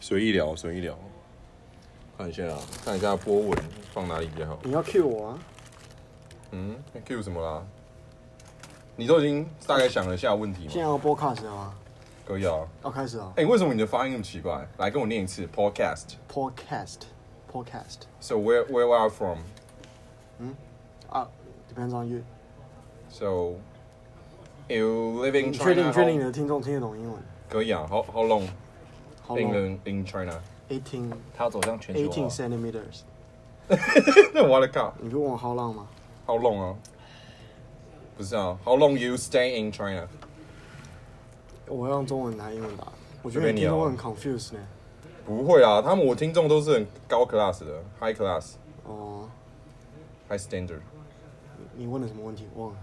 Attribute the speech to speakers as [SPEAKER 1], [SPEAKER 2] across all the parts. [SPEAKER 1] 随意聊，随意聊。看一下，看一下波纹放哪里比较好。
[SPEAKER 2] 你要 cue 我啊？
[SPEAKER 1] 嗯，Q 什么啦？你都已经大概想了一下问题
[SPEAKER 2] 现
[SPEAKER 1] 吗？
[SPEAKER 2] 在要播 cast 了吗？
[SPEAKER 1] 可以啊。
[SPEAKER 2] 要开始啊
[SPEAKER 1] 哎、为什么你的发音很奇怪？来跟我念一次，podcast。
[SPEAKER 2] ！Podcast，podcast
[SPEAKER 1] So where where are you from?
[SPEAKER 2] 啊，depends on you。
[SPEAKER 1] So you live in
[SPEAKER 2] 你
[SPEAKER 1] China?
[SPEAKER 2] 确定
[SPEAKER 1] how-
[SPEAKER 2] 确定你的听众听得懂英文
[SPEAKER 1] 可以啊。How how long
[SPEAKER 2] ？How long?
[SPEAKER 1] in in China?
[SPEAKER 2] Eighteen
[SPEAKER 3] 他要走向全球啊
[SPEAKER 2] eighteen
[SPEAKER 3] 化，
[SPEAKER 2] centimeters。
[SPEAKER 1] 那我的靠
[SPEAKER 2] 你就问我 How long 吗？
[SPEAKER 1] ，How long 啊？不是啊，How long you stay in China？
[SPEAKER 2] 我要用中文还是英文答？我觉
[SPEAKER 1] 随
[SPEAKER 2] 得
[SPEAKER 1] 便
[SPEAKER 2] 你
[SPEAKER 1] 你
[SPEAKER 2] 听众
[SPEAKER 1] 哦
[SPEAKER 2] 会很 confused 呢。
[SPEAKER 1] 不会啊，他们我听众都是很高 class 的，high class。
[SPEAKER 2] 哦，
[SPEAKER 1] High standard。
[SPEAKER 2] 你问的什么问题？忘了。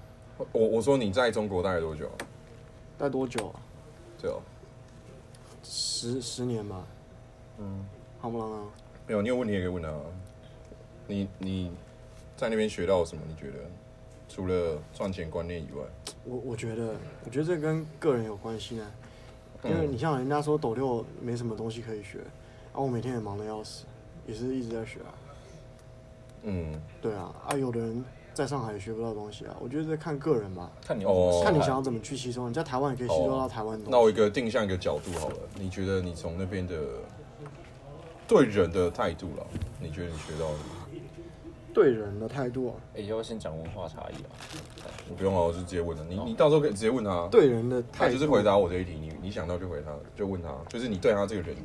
[SPEAKER 1] 我我说你在中国待了多久啊？
[SPEAKER 2] 待多久啊？
[SPEAKER 1] 对哦，
[SPEAKER 2] 十十年吧。啊
[SPEAKER 1] 嗯，
[SPEAKER 2] 好不啦？
[SPEAKER 1] 没有，你有问题也可以问他啊。你你在那边学到什么？你觉得除了赚钱观念以外，
[SPEAKER 2] 我我觉得，我觉得这跟个人有关系呢。因
[SPEAKER 1] 嗯
[SPEAKER 2] 为你像人家说抖六没什么东西可以学，然、后我每天也忙得要死，也是一直在学啊。
[SPEAKER 1] 嗯，
[SPEAKER 2] 对啊，啊，有的人在上海也学不到东西啊。我觉得这看个人吧，
[SPEAKER 3] 看你要怎么
[SPEAKER 1] 哦
[SPEAKER 2] 看你想
[SPEAKER 3] 想
[SPEAKER 2] 要怎么去吸收。你在台湾也可以吸收到台湾的
[SPEAKER 1] 那我
[SPEAKER 2] 东
[SPEAKER 1] 一
[SPEAKER 2] 西。
[SPEAKER 1] 个定向一个角度好了，你觉得你从那边的对人的态度了，你觉得你学到了什么？
[SPEAKER 2] 对人的态度、啊，
[SPEAKER 3] 也哎要先讲文化差异啊。
[SPEAKER 1] 你不用啊，我就直接问了。你你到时候可以直接问啊他，，
[SPEAKER 2] 对人的态
[SPEAKER 1] 他
[SPEAKER 2] 度
[SPEAKER 1] 就是回答我这一题，你你想到就回答，就问他，就是你对他这个人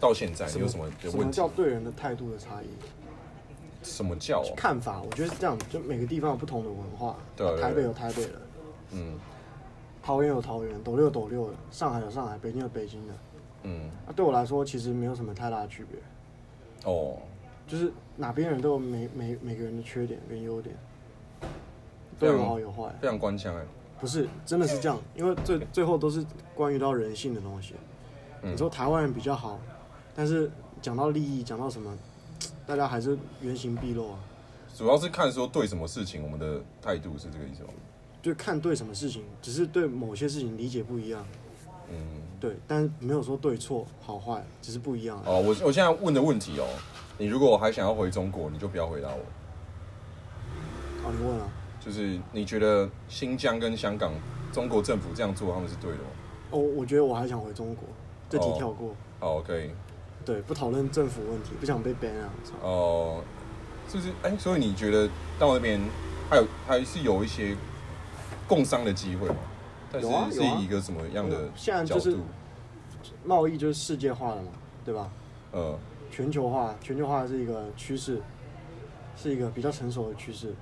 [SPEAKER 1] 到现在你有什么的
[SPEAKER 2] 什
[SPEAKER 1] 问
[SPEAKER 2] 么
[SPEAKER 1] 题
[SPEAKER 2] 叫？对人的态度的差异？
[SPEAKER 1] 什么叫啊？
[SPEAKER 2] 看法，我觉得是这样，就每个地方有不同的文化。
[SPEAKER 1] 对啊对啊
[SPEAKER 2] 台北有台北的，
[SPEAKER 1] 嗯
[SPEAKER 2] 桃园有桃园，斗六有斗六的，上海有上海，北京有北京的。
[SPEAKER 1] 嗯，
[SPEAKER 2] 啊，对我来说其实没有什么太大的区别，
[SPEAKER 1] 哦。
[SPEAKER 2] 就是哪边人都有每每每个人的缺点跟优点，
[SPEAKER 1] 非
[SPEAKER 2] 都
[SPEAKER 1] 常
[SPEAKER 2] 有好有坏。啊
[SPEAKER 1] 非常官腔哎、
[SPEAKER 2] 不是，真的是这样，因为最最后都是关于到人性的东西。
[SPEAKER 1] 嗯
[SPEAKER 2] 你说台湾人比较好，但是讲到利益，讲到什么，大家还是原形毕露啊。
[SPEAKER 1] 主要是看说对什么事情我们的态度是这个意思吗？哦
[SPEAKER 2] 就看对什么事情，只是对某些事情理解不一样，
[SPEAKER 1] 嗯，
[SPEAKER 2] 对，但没有说对错好坏，只是不一样啊而已。
[SPEAKER 1] 哦，我我现在问的问题哦，你如果还想要回中国，你就不要回答我。
[SPEAKER 2] 哦，你问啊？
[SPEAKER 1] 就是你觉得新疆跟香港中国政府这样做，他们是对的吗？
[SPEAKER 2] 哦，我觉得我还想回中国，这题
[SPEAKER 1] 哦
[SPEAKER 2] 跳过。
[SPEAKER 1] 好，可以。
[SPEAKER 2] 对，不讨论政府问题，不想被 ban 啊。操
[SPEAKER 1] 哦、就是哎、所以你觉得到那边还有还是有一些共商的机会吗？但是
[SPEAKER 2] 有啊
[SPEAKER 1] 是
[SPEAKER 2] 有啊
[SPEAKER 1] 以一个什么样的
[SPEAKER 2] 嗯现在
[SPEAKER 1] 角
[SPEAKER 2] 就是
[SPEAKER 1] 度？
[SPEAKER 2] 贸易就是世界化了嘛，对吧？
[SPEAKER 1] 嗯
[SPEAKER 2] 全球化，全球化是一个趋势，是一个比较成熟的趋势。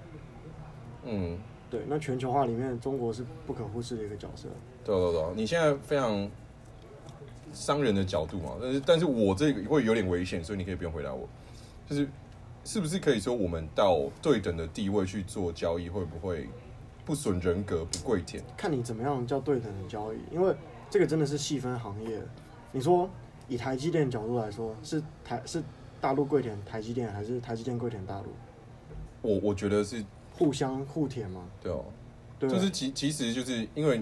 [SPEAKER 1] 嗯，
[SPEAKER 2] 对，那全球化里面，中国是不可忽视的一个角色。
[SPEAKER 1] 对对对，你现在非常商人的角度嘛，但是但是我这个会有点危险，所以你可以不用回答我。就是是不是可以说我们到对等的地位去做交易，会不会不损人格、不跪舔？
[SPEAKER 2] 看你怎么样叫对等的交易，因为这个真的是细分行业。你说以台积电角度来说，是台是大陆跪舔台积电，还是台积电跪舔大陆？
[SPEAKER 1] 我我觉得是
[SPEAKER 2] 互相互舔吗？
[SPEAKER 1] 对哦，
[SPEAKER 2] 对吧，啊
[SPEAKER 1] 就是其其实就是因为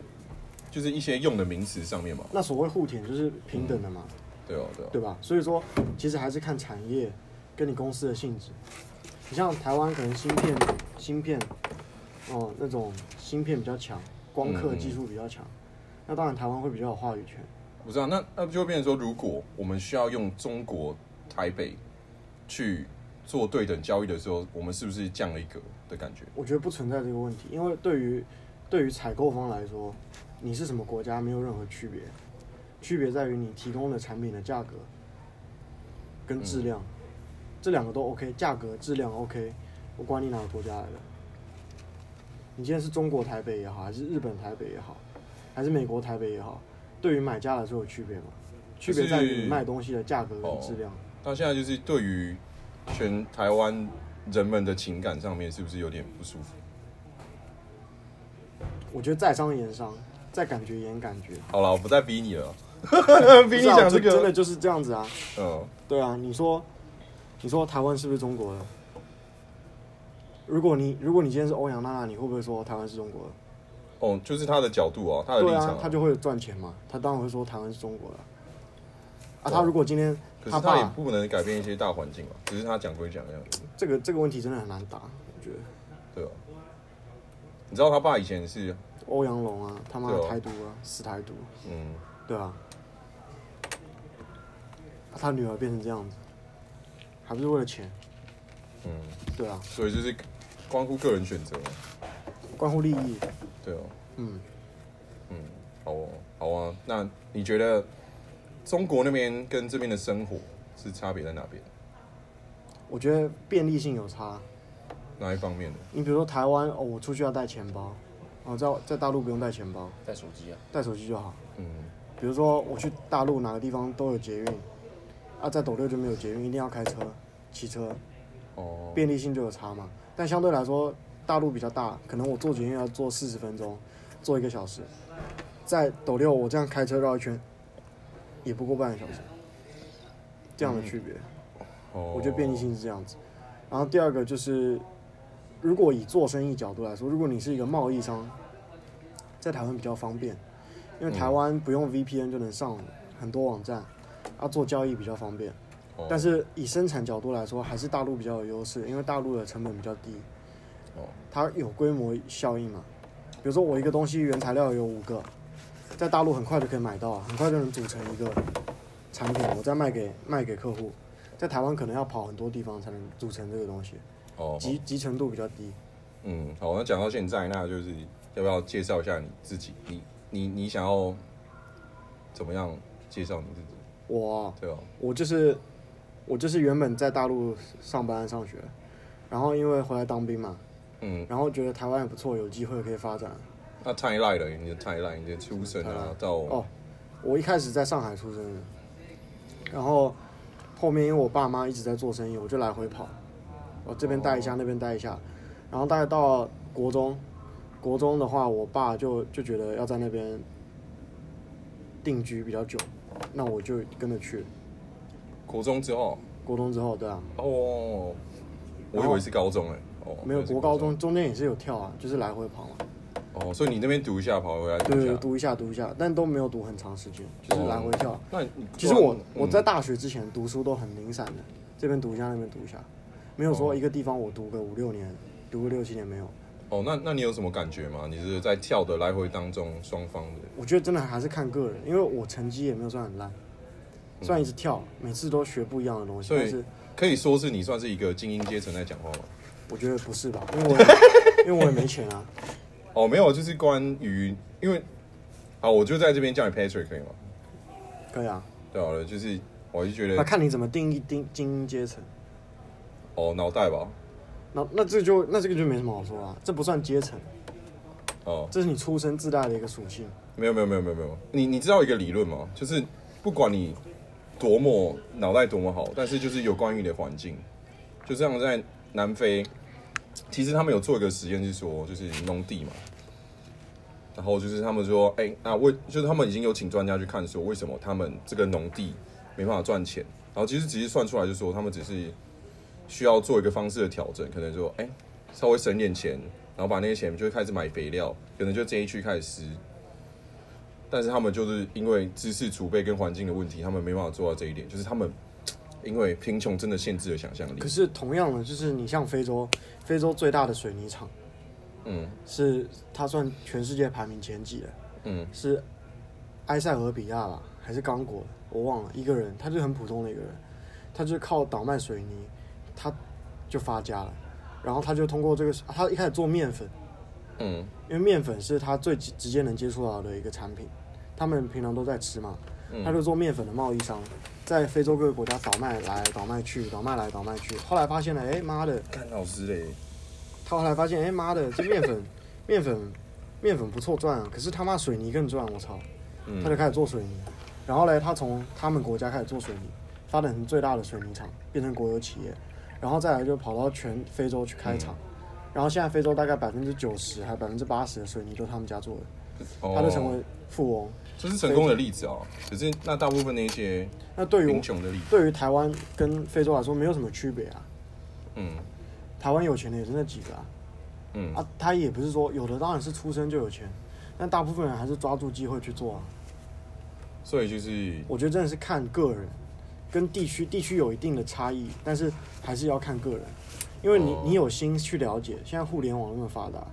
[SPEAKER 1] 就是一些用的名词上面嘛，
[SPEAKER 2] 那所谓互舔就是平等的嘛，
[SPEAKER 1] 对哦对哦，
[SPEAKER 2] 对吧？所以说，其实还是看产业跟你公司的性质。你像台湾可能芯片芯片哦、那种芯片比较强，光刻
[SPEAKER 1] 嗯嗯
[SPEAKER 2] 技术比较强，那当然台湾会比较有话语权。
[SPEAKER 1] 不知道、那那就会变成说，如果我们需要用中国台北去做对等交易的时候，我们是不是降了一格的感觉？
[SPEAKER 2] 我觉得不存在这个问题，因为对于对于采购方来说，你是什么国家没有任何区别，区别在于你提供的产品的价格
[SPEAKER 1] 嗯
[SPEAKER 2] 跟质量，这两个都 OK，价格质量 OK，我管你哪个国家来的。你今天是中国台北也好，还是日本台北也好，还是美国台北也好，对于买家来说有区别吗？区别在于你卖东西的价格跟质量。
[SPEAKER 1] 那现在就是对于全台湾人们的情感上面，是不是有点不舒服？
[SPEAKER 2] 我觉得在商言商，在感觉言感觉。
[SPEAKER 1] 好了，我不再逼你 了，逼
[SPEAKER 2] 不
[SPEAKER 1] 你
[SPEAKER 2] 是啊
[SPEAKER 1] 讲
[SPEAKER 2] 就
[SPEAKER 1] 这
[SPEAKER 2] 真
[SPEAKER 1] 个
[SPEAKER 2] 的。就是这样子啊。
[SPEAKER 1] 嗯，
[SPEAKER 2] 对啊，你说，你说台湾是不是中国的？如果你如果你今天是欧阳娜娜，你会不会说台湾是中国的？
[SPEAKER 1] 哦，就是他的角度啊，他的立
[SPEAKER 2] 对
[SPEAKER 1] 场、
[SPEAKER 2] 啊，他就会赚钱嘛，他当然会说台湾是中国的。啊，他
[SPEAKER 1] 哦
[SPEAKER 2] 如果今天
[SPEAKER 1] 可
[SPEAKER 2] 他
[SPEAKER 1] 是
[SPEAKER 2] 爸
[SPEAKER 1] 他也不能改变一些大环境嘛，啊只是他讲归讲那样子，
[SPEAKER 2] 这个这个问题真的很难答，我觉得
[SPEAKER 1] 对吧、你知道他爸以前是，
[SPEAKER 2] 欧阳龙啊，他妈的
[SPEAKER 1] 对啊
[SPEAKER 2] 台独啊，死台独，
[SPEAKER 1] 嗯，
[SPEAKER 2] 对啊，他女儿变成这样子，还不是为了钱？
[SPEAKER 1] 嗯，
[SPEAKER 2] 对啊，
[SPEAKER 1] 所以就是关乎个人选择嘛，
[SPEAKER 2] 关乎利益，
[SPEAKER 1] 对哦、
[SPEAKER 2] 嗯，
[SPEAKER 1] 嗯，好哦，好啊，那你觉得中国那边跟这边的生活是差别在哪边？
[SPEAKER 2] 我觉得便利性有差。
[SPEAKER 1] 哪一方面呢？
[SPEAKER 2] 你比如说台湾哦，我出去要带钱包，哦，在在大陆不用带钱包，
[SPEAKER 3] 带手机啊，
[SPEAKER 2] 带手机就好。
[SPEAKER 1] 嗯
[SPEAKER 2] 比如说我去大陆哪个地方都有捷运，啊，在斗六就没有捷运，一定要开车、骑车，
[SPEAKER 1] 哦，
[SPEAKER 2] 便利性就有差嘛。但相对来说，大陆比较大，可能我坐捷运要坐四十分钟，坐一个小时，在斗六我这样开车绕一圈，也不过半个小时，这样的区别。
[SPEAKER 1] 哦
[SPEAKER 2] 我觉得便利性是这样子。然后第二个就是，如果以做生意角度来说，如果你是一个贸易商，在台湾比较方便，因为台湾不用 VPN 就能上很多网站，啊，做交易比较方便。
[SPEAKER 1] 哦，
[SPEAKER 2] 但是以生产角度来说，还是大陆比较有优势，因为大陆的成本比较低，
[SPEAKER 1] 哦，
[SPEAKER 2] 它有规模效应嘛。比如说我一个东西原材料有五个，在大陆很快就可以买到，啊很快就能组成一个产品，我再卖给卖给客户。在台湾可能要跑很多地方才能组成这个东西，
[SPEAKER 1] 哦，
[SPEAKER 2] 集集成度比较低。
[SPEAKER 1] 嗯，好，那讲到现在，那就是要不要介绍一下你自己？你你你想要怎么样介绍你自己？
[SPEAKER 2] 我
[SPEAKER 1] 对哦，
[SPEAKER 2] 我就是我就是原本在大陆上班上学，然后因为回来当兵嘛，
[SPEAKER 1] 嗯，
[SPEAKER 2] 然后觉得台湾也不错，有机会可以发展。
[SPEAKER 1] 那太赖了，你的太赖，你的出身啊，到
[SPEAKER 2] 哦，我一开始在上海出生的，然后后面因为我爸妈一直在做生意，我就来回跑，我这边待一下，那边待一下，然后大概到国中，国中的话，我爸就就觉得要在那边定居比较久，那我就跟着去。
[SPEAKER 1] 国中之后，
[SPEAKER 2] 国中之后，对啊，
[SPEAKER 1] 哦，我以
[SPEAKER 2] 然后
[SPEAKER 1] 为是高中哎、哦，
[SPEAKER 2] 没有
[SPEAKER 1] 我以为是
[SPEAKER 2] 国高中中间也是有跳啊，就是来回跑嘛，
[SPEAKER 1] 哦，所以你那边读一下，跑回来读
[SPEAKER 2] 对
[SPEAKER 1] 一下，
[SPEAKER 2] 对，读一下读一下，但都没有读很长时间，就是来回跳。
[SPEAKER 1] 那你
[SPEAKER 2] 其实我
[SPEAKER 1] 嗯
[SPEAKER 2] 我在大学之前读书都很零散的，这边读一下那边读一下，没有说一个地方我读个五六年，读个六七年没有。
[SPEAKER 1] 哦，那那你有什么感觉吗？你是在跳的来回当中，双方的
[SPEAKER 2] 我觉得真的还是看个人，因为我成绩也没有算很烂，虽然一直跳，每次都学不一样的东西，
[SPEAKER 1] 嗯所以
[SPEAKER 2] 但是
[SPEAKER 1] 可以说是你算是一个精英阶层在讲话吗？
[SPEAKER 2] 我觉得不是吧，因为我也 因为我也没钱啊，
[SPEAKER 1] 哦，没有，就是关于因为好，我就在这边叫你 Patrick 可以吗？
[SPEAKER 2] 可以啊，
[SPEAKER 1] 对好了，就是我就觉
[SPEAKER 2] 那
[SPEAKER 1] 得
[SPEAKER 2] 看你怎么定义精精英阶层。
[SPEAKER 1] 哦，脑袋吧，
[SPEAKER 2] 那那这就那这个就没什么好说啊，这不算阶层，
[SPEAKER 1] 哦，
[SPEAKER 2] 这是你出生自带的一个属性。
[SPEAKER 1] 没有没有没有没有没有，你你知道一个理论吗？就是不管你多么脑袋多么好，但是就是有关于你的环境，就像在南非，其实他们有做一个实验，是说就是农地嘛，然后就是他们说，哎、那为就是他们已经有请专家去看说为什么他们这个农地没办法赚钱，然后其实只是算出来，就说他们只是需要做一个方式的调整，可能说，哎、稍微省点钱，然后把那些钱就开始买肥料，可能就这一区开始施。但是他们就是因为知识储备跟环境的问题，他们没办法做到这一点，就是他们因为贫穷真的限制了想象力
[SPEAKER 2] 可。是同样的，就是你像非洲，非洲最大的水泥厂。
[SPEAKER 1] 嗯
[SPEAKER 2] 是它算全世界排名前几的，
[SPEAKER 1] 嗯
[SPEAKER 2] 是埃塞俄比亚吧，还是刚果？我忘了，一个人，他就很普通的一个人，他就靠倒卖水泥，他就发家了，然后他就通过这个，他一开始做面粉，
[SPEAKER 1] 嗯
[SPEAKER 2] 因为面粉是他最直直接能接触到的一个产品，他们平常都在吃嘛，他就做面粉的贸易商，在非洲各个国家倒卖来倒卖去，倒卖来倒卖去，后来发现了，哎妈的，
[SPEAKER 1] 干老师嘞，
[SPEAKER 2] 他后来发现，哎、妈的，这面粉， 面粉，面粉不错赚啊，可是他妈水泥更赚，我操！
[SPEAKER 1] 嗯
[SPEAKER 2] 他就开始做水泥，然后嘞，他从他们国家开始做水泥，发展成最大的水泥厂，变成国有企业，然后再来就跑到全非洲去开厂，
[SPEAKER 1] 嗯
[SPEAKER 2] 然后现在非洲大概百分之九十还百分之八十的水泥都是他们家做的，他就成
[SPEAKER 1] 哦
[SPEAKER 2] 为富翁。
[SPEAKER 1] 这是成功的例子哦。可是那大部分的一些
[SPEAKER 2] 那对于
[SPEAKER 1] 贫
[SPEAKER 2] 我
[SPEAKER 1] 穷的例子，
[SPEAKER 2] 对于台湾跟非洲来说没有什么区别啊，
[SPEAKER 1] 嗯
[SPEAKER 2] 台湾有钱的也是那几个啊，
[SPEAKER 1] 嗯
[SPEAKER 2] 啊，他也不是说有的当然是出生就有钱，但大部分人还是抓住机会去做啊。
[SPEAKER 1] 所以就是
[SPEAKER 2] 我觉得真的是看个人，跟地区地区有一定的差异，但是还是要看个人，因为你
[SPEAKER 1] 哦
[SPEAKER 2] 你有心去了解，现在互联网那么发达，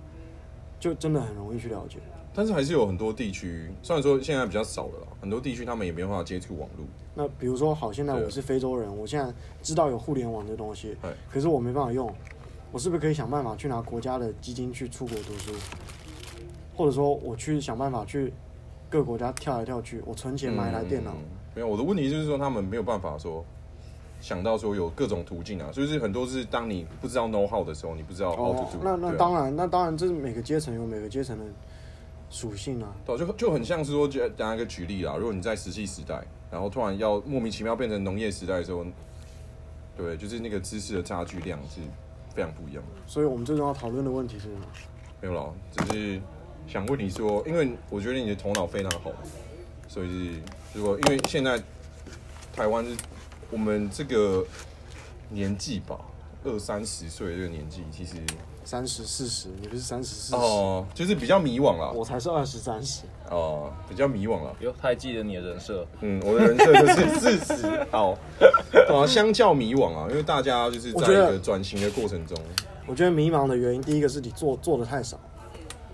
[SPEAKER 2] 就真的很容易去了解。
[SPEAKER 1] 但是还是有很多地区，虽然说现在比较少了啦，很多地区他们也没有办法接触网络。
[SPEAKER 2] 那比如说，好，现在
[SPEAKER 1] 对
[SPEAKER 2] 我是非洲人，我现在知道有互联网这东西
[SPEAKER 1] 哎，
[SPEAKER 2] 可是我没办法用，我是不是可以想办法去拿国家的基金去出国读书，或者说我去想办法去各国家跳来跳去，我存钱买一台电脑，
[SPEAKER 1] 嗯没有，我的问题就是说他们没有办法说想到说有各种途径啊，就是很多是当你不知道 know how 的时候，你不知道 how to do、
[SPEAKER 2] 哦那那
[SPEAKER 1] 对啊
[SPEAKER 2] 当然，那当然，这是每个阶层有每个阶层的属性啊。
[SPEAKER 1] 对，就就很像是说，就拿一个举例啦，如果你在石器时代，然后突然要莫名其妙变成农业时代的时候，对，就是那个知识的差距量是非常不一样的。
[SPEAKER 2] 所以我们最终要讨论的问题是什么？
[SPEAKER 1] 没有啦，只是想问你说，因为我觉得你的头脑非常好，所以是如果因为现在台湾是我们这个年纪吧，二三十岁这个年纪，其实
[SPEAKER 2] 三十四十，你不是三十四十，
[SPEAKER 1] 哦、就是比较迷惘啦，
[SPEAKER 2] 我才是二十三十。
[SPEAKER 1] 哦、比较迷惘啦。
[SPEAKER 3] 哟，他还记得你的人设，
[SPEAKER 1] 嗯，我的人设就是事实。好，啊，相较迷惘啊，因为大家就是
[SPEAKER 2] 我
[SPEAKER 1] 在
[SPEAKER 2] 觉
[SPEAKER 1] 一
[SPEAKER 2] 得
[SPEAKER 1] 个转型的过程中，
[SPEAKER 2] 我觉得迷茫的原因，第一个是你做做的太少，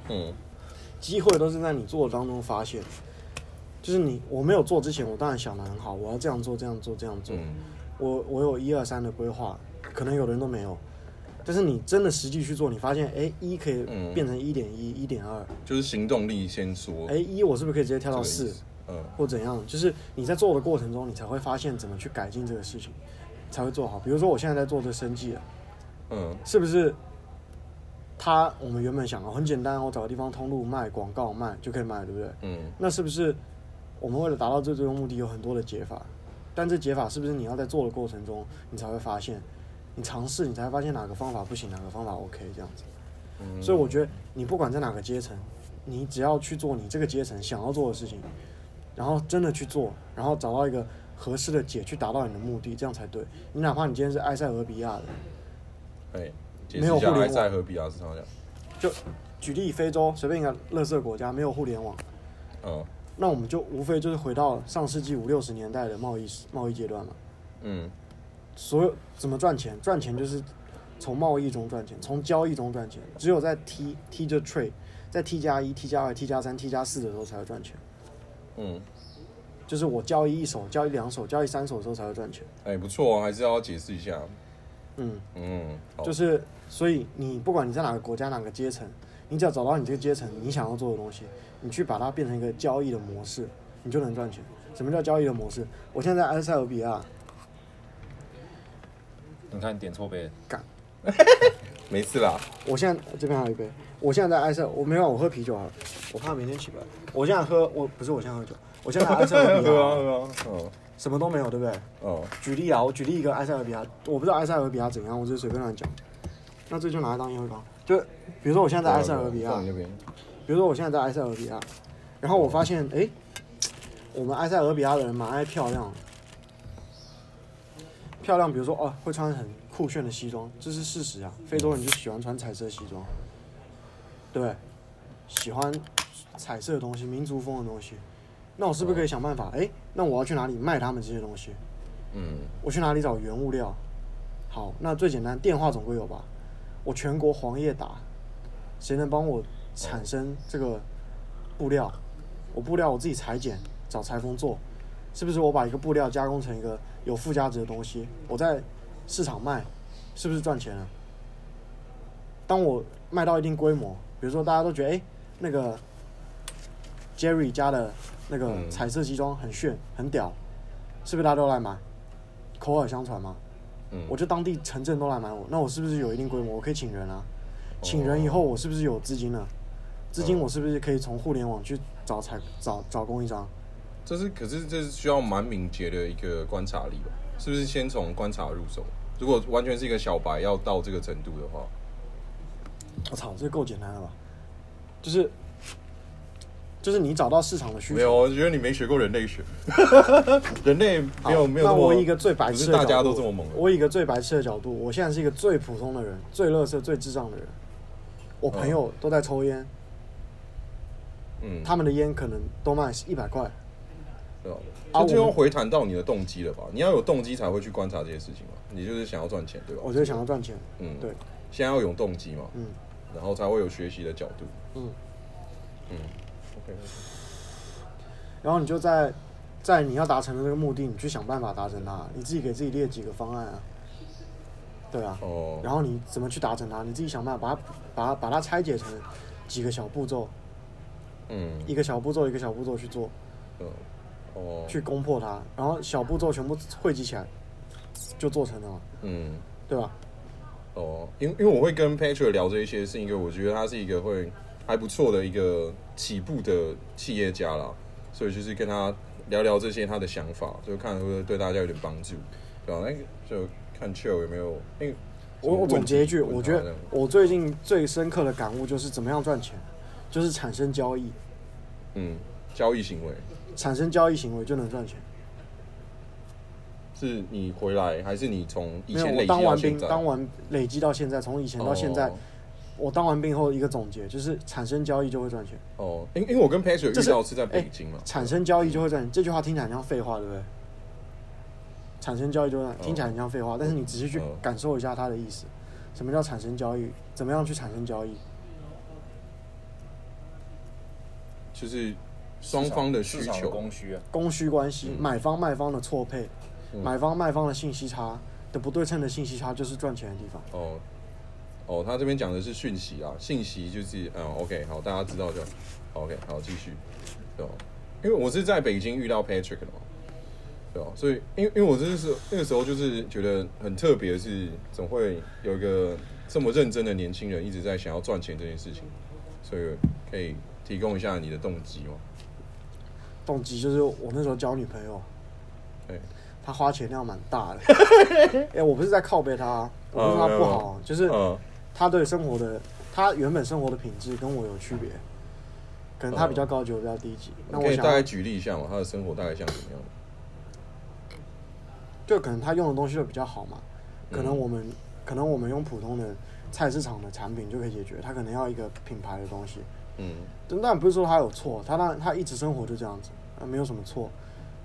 [SPEAKER 1] 嗯，
[SPEAKER 2] 机会都是在你做的当中发现。就是你我没有做之前，我当然想的很好，我要这样做，这样做，这样做。
[SPEAKER 1] 嗯
[SPEAKER 2] 我我有一二三的规划，可能有的人都没有。但是你真的实际去做，你发现，哎，一可以
[SPEAKER 1] 嗯
[SPEAKER 2] 变成一点一、一点二，
[SPEAKER 1] 就是行动力先说，
[SPEAKER 2] 哎，一我是不是可以直接跳
[SPEAKER 1] 这
[SPEAKER 2] 到
[SPEAKER 1] 个意思
[SPEAKER 2] 四？
[SPEAKER 1] 嗯，
[SPEAKER 2] 或怎样，就是你在做的过程中，你才会发现怎么去改进这个事情，才会做好。比如说我现在在做这生计了，啊
[SPEAKER 1] 嗯
[SPEAKER 2] 是不是？他我们原本想啊，很简单，我找个地方通路卖广告卖就可以卖，对不对？
[SPEAKER 1] 嗯
[SPEAKER 2] 那是不是我们为了达到这最终目的有很多的解法？但这解法是不是你要在做的过程中，你才会发现，你尝试你才会发现哪个方法不行，哪个方法 OK 这样子。
[SPEAKER 1] 嗯
[SPEAKER 2] 所以我觉得你不管在哪个阶层，你只要去做你这个阶层想要做的事情，然后真的去做，然后找到一个合适的解去达到你的目的，这样才对。你哪怕你今天是埃塞俄比亚的，
[SPEAKER 1] 哎，解
[SPEAKER 2] 没
[SPEAKER 1] 释
[SPEAKER 2] 有
[SPEAKER 1] 一下
[SPEAKER 2] 互联
[SPEAKER 1] 埃
[SPEAKER 2] 网
[SPEAKER 1] 塞俄比亚是啥样？
[SPEAKER 2] 就举例非洲随便一个垃圾国家，没有互联网，
[SPEAKER 1] 嗯
[SPEAKER 2] 那我们就无非就是回到上世纪五六十年代的贸易贸易阶段嘛。
[SPEAKER 1] 嗯
[SPEAKER 2] 所有怎么赚钱？赚钱就是从贸易中赚钱，从交易中赚钱。只有在 T T 就 trade，在 T 加一、T 加二、T 加三、T 加四的时候才会赚钱。
[SPEAKER 1] 嗯，
[SPEAKER 2] 就是我交易一手、交易两手、交易三手的时候才会赚钱。
[SPEAKER 1] 哎，不错啊，还是要解释一下，
[SPEAKER 2] 嗯，
[SPEAKER 1] 嗯，好
[SPEAKER 2] 就，是所以你不管你在哪个国家、哪个阶层，你只要找到你这个阶层你想要做的东西，你去把它变成一个交易的模式，你就能赚钱。什么叫交易的模式？我现在在埃塞俄比亚，
[SPEAKER 3] 你看点错呗，
[SPEAKER 1] 没事 啦，
[SPEAKER 2] 我现在这边还有一杯，我现在在埃塞，我没有，我喝啤酒好了，我怕明天起不来。我现在喝，我不是我现在喝酒，我现在在埃塞俄比
[SPEAKER 1] 喝啊
[SPEAKER 2] 亚，
[SPEAKER 1] 喝啊， 嗯
[SPEAKER 2] 什么都没有，对不对？
[SPEAKER 1] 嗯
[SPEAKER 2] 举例啊，我举例一个埃塞俄比亚，我不知道埃塞俄比亚怎样，我只是随便乱讲。那这就拿来当烟灰缸，就比如说我现在在埃塞俄比亚，
[SPEAKER 1] 放你那边，
[SPEAKER 2] 比如说我现在在埃塞俄比亚，然后我发现，哎，我们埃塞俄比亚的人蛮爱漂亮，漂亮，比如说哦，会穿很酷炫的西装，这是事实啊，非洲人就喜欢穿彩色西装，对不对，喜欢彩色的东西，民族风的东西，那我是不是可以想办法？哎，那我要去哪里卖他们这些东西？
[SPEAKER 1] 嗯
[SPEAKER 2] 我去哪里找原物料？好，那最简单，电话总归有吧？我全国黄页打，谁能帮我产生这个布料？我布料我自己裁剪，找裁缝做，是不是？我把一个布料加工成一个有附加值的东西，我在市场卖，是不是赚钱了？啊当我卖到一定规模，比如说大家都觉得，哎、那个 Jerry 家的那个
[SPEAKER 1] 嗯
[SPEAKER 2] 彩色西装很炫、很屌，是不是大家都来买？口耳相传嘛，
[SPEAKER 1] 嗯，
[SPEAKER 2] 我就当地城镇都来买我，那我是不是有一定规模？我可以请人啊，
[SPEAKER 1] 哦
[SPEAKER 2] 请人以后我是不是有资金了？资金我是不是可以从互联网去找采找找供应商？
[SPEAKER 1] 这是，可是这是需要蛮敏捷的一个观察力吧？是不是先从观察入手？如果完全是一个小白要到这个程度的话，
[SPEAKER 2] 我操，这个够简单了吧？就是就是你找到市场的需
[SPEAKER 1] 没有，
[SPEAKER 2] 求。
[SPEAKER 1] 我觉得你没学过人类 学，人类没有
[SPEAKER 2] 好
[SPEAKER 1] 没有
[SPEAKER 2] 那
[SPEAKER 1] 那么，
[SPEAKER 2] 我以一个最白
[SPEAKER 1] 不
[SPEAKER 2] 痴
[SPEAKER 1] 是
[SPEAKER 2] 的角
[SPEAKER 1] 大
[SPEAKER 2] 度，
[SPEAKER 1] 家都这么猛的，
[SPEAKER 2] 我以一个最白痴的角度，我现在是一个最普通的人，最乐色、最智障的人。我朋友都在抽烟，
[SPEAKER 1] 嗯，
[SPEAKER 2] 他们的烟可能都卖一百块，
[SPEAKER 1] 对吧？
[SPEAKER 2] 啊
[SPEAKER 1] 这就
[SPEAKER 2] 我
[SPEAKER 1] 要回谈到你的动机了吧？你要有动机才会去观察这些事情嘛。你就是想要赚钱，对吧？
[SPEAKER 2] 我就想要赚钱，
[SPEAKER 1] 嗯，
[SPEAKER 2] 对，
[SPEAKER 1] 先要有动机嘛，
[SPEAKER 2] 嗯
[SPEAKER 1] 然后才会有学习的角度。
[SPEAKER 2] 嗯，
[SPEAKER 1] 嗯，OK，
[SPEAKER 2] 然后你就在在你要达成的这个目的，你去想办法达成它，你自己给自己列几个方案啊，对啊，
[SPEAKER 1] 哦，
[SPEAKER 2] 然后你怎么去达成它，你自己想办法把它把它把它拆解成几个小步骤，
[SPEAKER 1] 嗯，
[SPEAKER 2] 一个小步骤一个小步骤去做，
[SPEAKER 1] 嗯，哦，
[SPEAKER 2] 去攻破它，然后小步骤全部汇集起来，就做成了嘛，
[SPEAKER 1] 嗯。
[SPEAKER 2] 对吧？
[SPEAKER 1] 哦，因因为我会跟 Patrick 聊这一些，是因为我觉得他是一个会还不错的一个起步的企业家啦，所以就是跟他聊聊这些他的想法，就看会不会对大家有点帮助，对吧、那个就看 Chill 有没有那个什么
[SPEAKER 2] 我我
[SPEAKER 1] 问题
[SPEAKER 2] 总结一句，
[SPEAKER 1] 问他
[SPEAKER 2] 我觉
[SPEAKER 1] 这
[SPEAKER 2] 得
[SPEAKER 1] 样
[SPEAKER 2] 我最近最深刻的感悟就是怎么样赚钱，就是产生交易，
[SPEAKER 1] 嗯，交易行为
[SPEAKER 2] 产生交易行为就能赚钱。
[SPEAKER 1] 是你回来还是你从以
[SPEAKER 2] 没有，
[SPEAKER 1] 前
[SPEAKER 2] 我
[SPEAKER 1] 累积
[SPEAKER 2] 当
[SPEAKER 1] 到
[SPEAKER 2] 完
[SPEAKER 1] 现
[SPEAKER 2] 兵，
[SPEAKER 1] 在？
[SPEAKER 2] 当完累积到现在，从以前到现在，
[SPEAKER 1] 哦
[SPEAKER 2] 我当完兵后一个总结就是产生交易就会赚钱，
[SPEAKER 1] 哦，因因为我跟 Patrick
[SPEAKER 2] 这
[SPEAKER 1] 遇
[SPEAKER 2] 是哎
[SPEAKER 1] 到是在北京嘛，
[SPEAKER 2] 产生交易就会赚钱。这句话听起来很像废话，对不对？产生交易就会赚，听起来很像废话，但是你仔细去
[SPEAKER 1] 哦
[SPEAKER 2] 感受一下它的意思，什么叫产生交易？怎么样去产生交易？
[SPEAKER 1] 就是双方的需
[SPEAKER 3] 市场
[SPEAKER 1] 求，
[SPEAKER 3] 供需啊，
[SPEAKER 2] 供需关系，买方卖方的错配，
[SPEAKER 1] 嗯
[SPEAKER 2] 买方卖方的信息差的不对称的信息差，就是赚钱的地方。
[SPEAKER 1] 哦，哦，他这边讲的是讯息啊，信息就是嗯，OK，好，大家知道就好 OK，好，继续，对吧？因为我是在北京遇到 Patrick 的嘛，对吧？所以，因为因为我真的是那个时候就是觉得很特别，是总会有一个这么认真的年轻人一直在想要赚钱这件事情，所以可以提供一下你的动机嘛？
[SPEAKER 2] 动机就是我那时候交女朋友，
[SPEAKER 1] 哎，
[SPEAKER 2] 她花钱量蛮 大的。哎、我不是在靠背她啊，我不是说她不好，
[SPEAKER 1] 嗯
[SPEAKER 2] 就是
[SPEAKER 1] 嗯
[SPEAKER 2] 她对生活的，她原本生活的品质跟我有区别，可能她比较高级，我比较低级。那
[SPEAKER 1] 你嗯可
[SPEAKER 2] 我
[SPEAKER 1] 以大概
[SPEAKER 2] 想，
[SPEAKER 1] 举例一下嘛？他的生活大概像什么样？
[SPEAKER 2] 就可能她用的东西就比较好嘛，可能
[SPEAKER 1] 嗯
[SPEAKER 2] 我们、可能我们用普通的菜市场的产品就可以解决，她可能要一个品牌的东西。
[SPEAKER 1] 嗯
[SPEAKER 2] 但但不是说他有错，他当他一直生活就这样子，啊，没有什么错。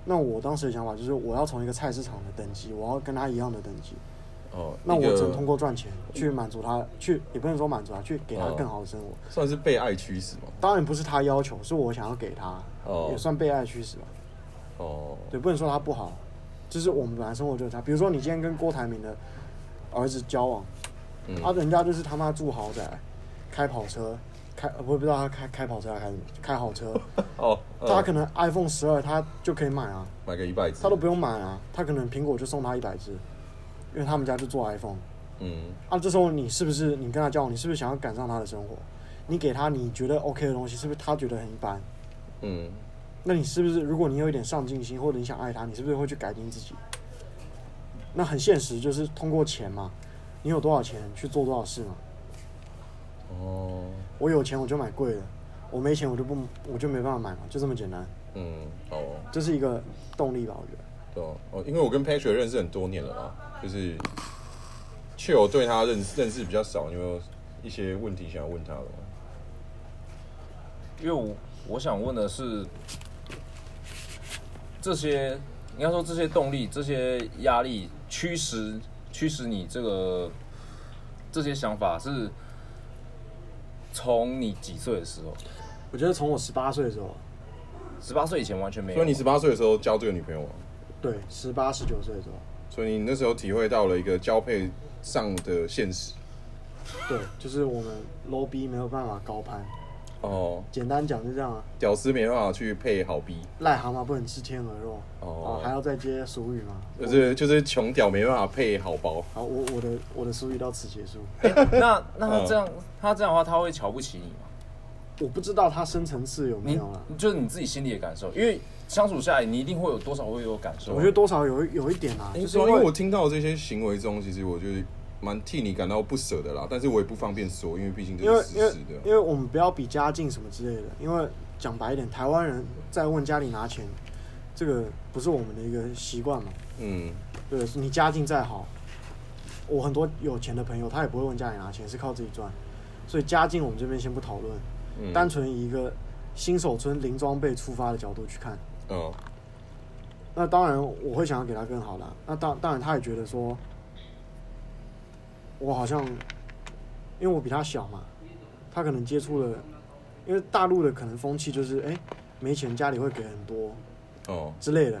[SPEAKER 2] 那我当时的想法就是，我要从一个菜市场的等级，我要跟他一样的等级，
[SPEAKER 1] 哦，
[SPEAKER 2] 那我
[SPEAKER 1] 一个
[SPEAKER 2] 只能通过赚钱去满足他，去也不能说满足他，啊去给他
[SPEAKER 1] 哦
[SPEAKER 2] 更好的生活。
[SPEAKER 1] 算是被爱驱使嘛？
[SPEAKER 2] 当然不是他要求，是我想要给他，
[SPEAKER 1] 哦
[SPEAKER 2] 也算被爱驱使吧。
[SPEAKER 1] 哦，
[SPEAKER 2] 对，不能说他不好，就是我们本来生活就是他。比如说你今天跟郭台铭的儿子交往，
[SPEAKER 1] 嗯
[SPEAKER 2] 啊，人家就是他妈住豪宅，开跑车，开呃我也不知道他开开跑车还是开什么开好车。
[SPEAKER 1] 哦，嗯
[SPEAKER 2] 他可能 iPhone 十二他就可以买啊，
[SPEAKER 1] 买个一百只，
[SPEAKER 2] 他都不用买啊，他可能苹果就送他一百只，因为他们家就做 iPhone
[SPEAKER 1] 嗯
[SPEAKER 2] 啊。这时候你是不是你跟他交往，你是不是想要赶上他的生活？你给他你觉得 OK 的东西，是不是他觉得很一般？
[SPEAKER 1] 嗯
[SPEAKER 2] 那你是不是如果你有一点上进心，或者你想爱他，你是不是会去改进自己？那很现实，就是通过钱嘛，你有多少钱去做多少事嘛。
[SPEAKER 1] 哦
[SPEAKER 2] 我有钱我就买贵的，我没钱我就不我就没办法买嘛，就这么简单。
[SPEAKER 1] 嗯哦
[SPEAKER 2] 这是一个动力吧，我觉得。
[SPEAKER 1] 对哦哦，因为我跟 Patrick 认识很多年了啦，就是 c h 对他认识认识比较少，你有没有一些问题想要问他的吗？
[SPEAKER 3] 因为我我想问的是，这些应该说这些动力、这些压力驱使驱使你这个这些想法是从你几岁的时候？
[SPEAKER 2] 我觉得从我十八岁的时候，
[SPEAKER 3] 十八岁以前完全没有。
[SPEAKER 1] 所以你十八岁的时候交这个女朋友吗？
[SPEAKER 2] 对，十八十九岁的时候，
[SPEAKER 1] 所以你那时候体会到了一个交配上的现实
[SPEAKER 2] 对，就是我们 low B 没有办法高攀，
[SPEAKER 1] 哦，
[SPEAKER 2] 简单讲就这样啊。
[SPEAKER 1] 屌丝没办法去配好逼
[SPEAKER 2] 癞蛤蟆不能吃天鹅肉
[SPEAKER 1] 哦
[SPEAKER 2] 啊，还要再接俗语吗？
[SPEAKER 1] 就是就是穷屌没办法配好包
[SPEAKER 2] 好，我我的我的俗语到此结束。
[SPEAKER 3] 那那
[SPEAKER 1] 嗯
[SPEAKER 3] 他这样、他这样的话，他会瞧不起你吗？
[SPEAKER 2] 我不知道他深层次有没有啊了，
[SPEAKER 3] 你就是你自己心里的感受，因为相处下来，你一定会有多少会有感受。啊
[SPEAKER 2] 我觉得多少有一有一点啊，就是
[SPEAKER 1] 啊因为我
[SPEAKER 2] 为
[SPEAKER 1] 听到这些行为中，其实我就是蛮替你感到不舍的啦，但是我也不方便说，因为毕竟
[SPEAKER 2] 因
[SPEAKER 1] 这
[SPEAKER 2] 为
[SPEAKER 1] 是
[SPEAKER 2] 因
[SPEAKER 1] 事
[SPEAKER 2] 为
[SPEAKER 1] 实的。
[SPEAKER 2] 因为我们不要比家境什么之类的，因为讲白一点，台湾人在问家里拿钱，这个不是我们的一个习惯嘛。
[SPEAKER 1] 嗯，
[SPEAKER 2] 对，你家境再好，我很多有钱的朋友，他也不会问家里拿钱，是靠自己赚。所以家境我们这边先不讨论，
[SPEAKER 1] 嗯
[SPEAKER 2] 单纯以一个新手村零装备出发的角度去看，
[SPEAKER 1] 哦，
[SPEAKER 2] 那当然我会想要给他更好的啊、那当当然他也觉得说，我好像，因为我比他小嘛，他可能接触了，因为大陆的可能风气就是，哎、没钱家里会给很多
[SPEAKER 1] 哦
[SPEAKER 2] 之类的，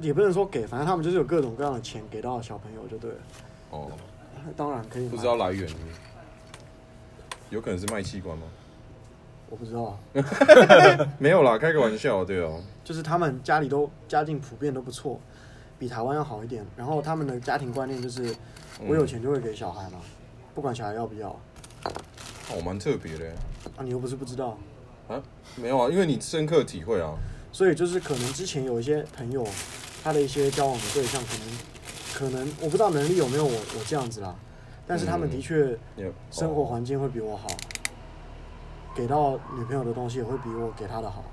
[SPEAKER 2] 也不能说给，反正他们就是有各种各样的钱给到小朋友就对了。
[SPEAKER 1] 哦，
[SPEAKER 2] 当然可以买，
[SPEAKER 1] 不知道来源，有可能是卖器官吗？
[SPEAKER 2] 我不知道，啊
[SPEAKER 1] 没有啦，开个玩笑，对哦，
[SPEAKER 2] 就是他们家里都家境普遍都不错，比台湾要好一点。然后他们的家庭观念就是，我有钱就会给小孩嘛，不管小孩要不要。
[SPEAKER 1] 哦，蛮特别的
[SPEAKER 2] 啊，你又不是不知道，
[SPEAKER 1] 啊，没有啊，因为你深刻体会啊，
[SPEAKER 2] 所以就是可能之前有一些朋友，他的一些交往的对象，可能可能我不知道能力有没有我我这样子啦，但是他们的确
[SPEAKER 1] 你哦有
[SPEAKER 2] 生活环境会比我好，给到女朋友的东西也会比我给她的好。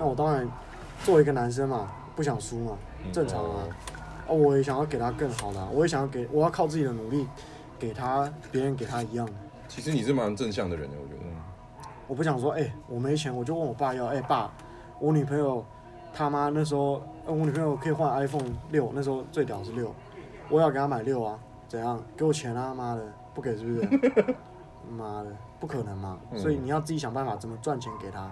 [SPEAKER 2] 那我当然作为一个男生嘛，不想输嘛，正常啊。啊，我也想要给她更好的啊、我也想要给，我要靠自己的努力给她别人给她一样的。
[SPEAKER 1] 哦其实你是蛮正向的人的，我觉得，
[SPEAKER 2] 我不想说，哎、我没钱，我就问我爸要，哎、爸，我女朋友他妈那时候，呃我女朋友可以换 iPhone 六，那时候最屌是六，我也要给她买六啊，怎样？给我钱啊，妈的，不给是不是？ 妈的，不可能嘛！
[SPEAKER 1] 嗯
[SPEAKER 2] 所以你要自己想办法怎么赚钱给她。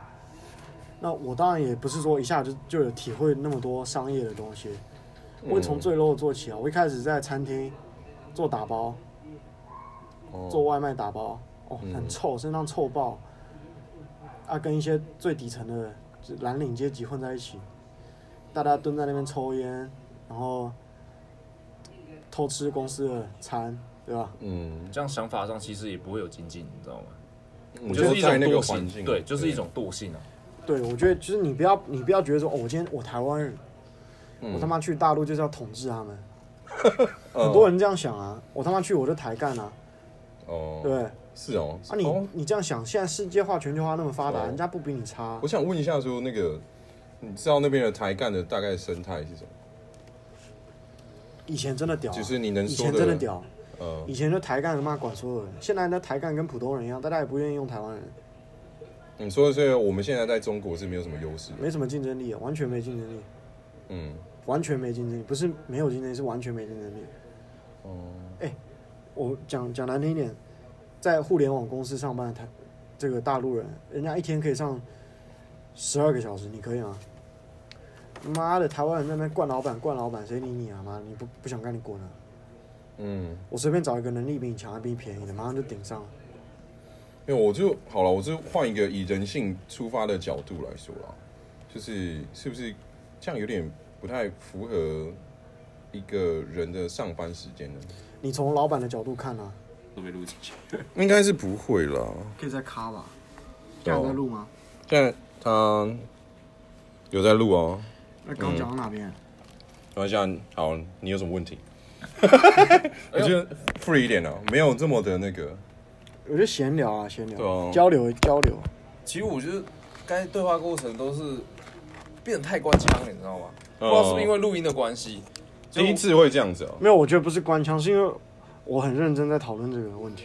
[SPEAKER 2] 那我当然也不是说一下就就有体会那么多商业的东西，
[SPEAKER 1] 嗯
[SPEAKER 2] 我会从最 low 的做起啊。我一开始在餐厅做打包，做
[SPEAKER 1] 哦，
[SPEAKER 2] 外卖打包，哦，
[SPEAKER 1] 嗯
[SPEAKER 2] 很臭，身上臭爆，啊，跟一些最底层的就蓝领阶级混在一起，大家蹲在那边抽烟，然后偷吃公司的餐，对吧？
[SPEAKER 1] 嗯，
[SPEAKER 3] 这样想法上其实也不会有精进，你知道吗？
[SPEAKER 1] 我
[SPEAKER 3] 就是一
[SPEAKER 1] 嗯
[SPEAKER 3] 种
[SPEAKER 1] 在那个
[SPEAKER 3] 惰
[SPEAKER 1] 环境，
[SPEAKER 3] 性，对，就是一种惰性啊。
[SPEAKER 2] 对，我觉得就是你不要，你不要觉得说，哦，我今天我台湾人，
[SPEAKER 1] 嗯
[SPEAKER 2] 我他妈去大陆就是要统治 他们，很多
[SPEAKER 1] 人
[SPEAKER 2] 人这样想啊，我他妈去我就抬干啊，
[SPEAKER 1] 哦
[SPEAKER 2] 对，不对？啊
[SPEAKER 1] 是哦，
[SPEAKER 2] 你
[SPEAKER 1] 哦
[SPEAKER 2] 你这样想，现在世界化、全球化那么发达，
[SPEAKER 1] 哦
[SPEAKER 2] 人家不比你差啊，
[SPEAKER 1] 我想问一下，说那个你知道那边的台干的大概生态是什么？
[SPEAKER 2] 以前真的屌啊，
[SPEAKER 1] 就是你能
[SPEAKER 2] 以
[SPEAKER 1] 说
[SPEAKER 2] 前
[SPEAKER 1] 的
[SPEAKER 2] 真的屌。
[SPEAKER 1] 呃，
[SPEAKER 2] 以前就抬杠他妈管所有啊人，现在呢抬杠跟普通人一样，大家也不愿意用台湾人，
[SPEAKER 1] 你说的是我们现在在中国是没有什么优势的，
[SPEAKER 2] 没什么竞争力，完全没竞争力，
[SPEAKER 1] 嗯，
[SPEAKER 2] 完全没竞争力，不是没有竞争力，是完全没竞争力。
[SPEAKER 1] 哦，
[SPEAKER 2] 我讲讲难听一点，在互联网公司上班的台这个大陆人，人家一天可以上十二个小时，你可以吗？妈的，台湾人在那边惯老板，惯老板，谁理你啊？妈，你不不想干你滚啊！
[SPEAKER 1] 嗯，
[SPEAKER 2] 我随便找一个能力比你强、还比你便宜的，马上就顶上了。
[SPEAKER 1] 因为我就好了，我就换一个以人性出发的角度来说啦，就是是不是这样有点不太符合一个人的上班时间呢？
[SPEAKER 2] 你从老板的角度看啊，
[SPEAKER 3] 都被录进去。
[SPEAKER 1] 应该是不会啦，
[SPEAKER 2] 可以再卡吧？
[SPEAKER 1] 对啊现在还在
[SPEAKER 2] 录吗？
[SPEAKER 1] 但他有在录哦。
[SPEAKER 2] 那刚讲到哪边？
[SPEAKER 1] 等一下，好，你有什么 问题？我觉得 free 一点啊，没有这么的那个，
[SPEAKER 2] 我觉得闲聊啊，闲聊，
[SPEAKER 1] 对啊
[SPEAKER 2] 交流交流，
[SPEAKER 3] 其实我觉得该对话过程都是变得太官腔了，你知道吗？不
[SPEAKER 1] 嗯
[SPEAKER 3] 知道是不是因为录音的关系，就
[SPEAKER 1] 第一次会这样子哦、
[SPEAKER 2] 没有，我觉得不是官腔，是因为我很认真在讨论这个问题，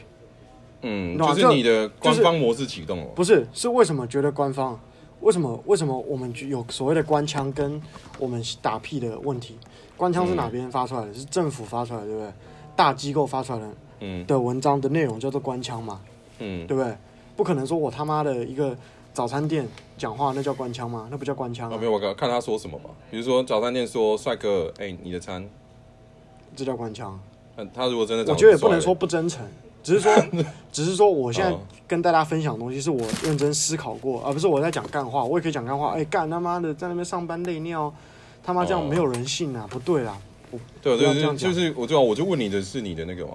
[SPEAKER 1] 嗯，
[SPEAKER 2] 那
[SPEAKER 1] 就是
[SPEAKER 2] 就
[SPEAKER 1] 你的官方模式启动哦了、
[SPEAKER 2] 不是是为什么觉得官方，为什么为什么我们有所谓的官腔跟我们打屁的问题，官腔是哪
[SPEAKER 1] 嗯
[SPEAKER 2] 边发出来的？是政府发出来的，对不对？大机构发出来的
[SPEAKER 1] 嗯
[SPEAKER 2] 的文章的内容叫做官腔嘛，
[SPEAKER 1] 嗯，
[SPEAKER 2] 对不对？不可能说我他妈的一个早餐店讲话，那叫官腔吗？那不叫官腔、
[SPEAKER 1] 啊，
[SPEAKER 2] 啊
[SPEAKER 1] 没，有，我看看他说什么吧。比如说早餐店说帅哥，哎、你的餐。
[SPEAKER 2] 这叫官腔。啊
[SPEAKER 1] 嗯，他如果真的长
[SPEAKER 2] 我觉得也
[SPEAKER 1] 帅
[SPEAKER 2] 不能说不真诚，只是 说，只是说我现在
[SPEAKER 1] 哦
[SPEAKER 2] 跟大家分享的东西是我认真思考过，而不是我在讲干话。我也可以讲干话，哎、干他妈的在那边上班累尿，他妈这样
[SPEAKER 1] 哦
[SPEAKER 2] 没有人性啊，不对啊，
[SPEAKER 1] 对，
[SPEAKER 2] 不
[SPEAKER 1] 就
[SPEAKER 2] 要这
[SPEAKER 1] 是
[SPEAKER 2] 样
[SPEAKER 1] 就
[SPEAKER 2] 讲
[SPEAKER 1] 是，我知道，我就问你的是你的那个嘛，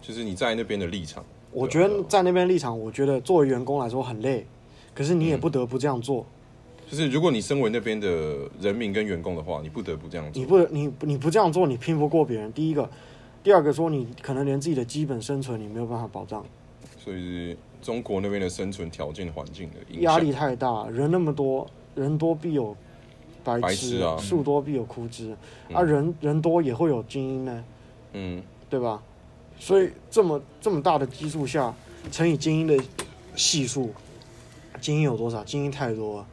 [SPEAKER 1] 就是你在那边的立场。
[SPEAKER 2] 我
[SPEAKER 1] 对啊
[SPEAKER 2] 觉
[SPEAKER 1] 对
[SPEAKER 2] 得
[SPEAKER 1] 啊
[SPEAKER 2] 在那边立场，我觉得作为员工来说很累，可是
[SPEAKER 1] 嗯
[SPEAKER 2] 你也不得不这样做，
[SPEAKER 1] 就是如果你身为那边的人民跟员工的话，你不得不这样做。
[SPEAKER 2] 你不你你不这样做，你拼不过别人。第一个，第二个说你可能连自己的基本生存你没有办法保障，
[SPEAKER 1] 所以是中国那边的生存条件、环境的影响。
[SPEAKER 2] 压力太大，人那么多，人多必有白
[SPEAKER 1] 白
[SPEAKER 2] 痴
[SPEAKER 1] 痴啊
[SPEAKER 2] 树多必有枯枝、
[SPEAKER 1] 嗯
[SPEAKER 2] 啊，人人多也会有精英呢，
[SPEAKER 1] 嗯，
[SPEAKER 2] 对吧？所以这么这么大的基数下，乘以精英的系数，精英有啊多少？精英太多了，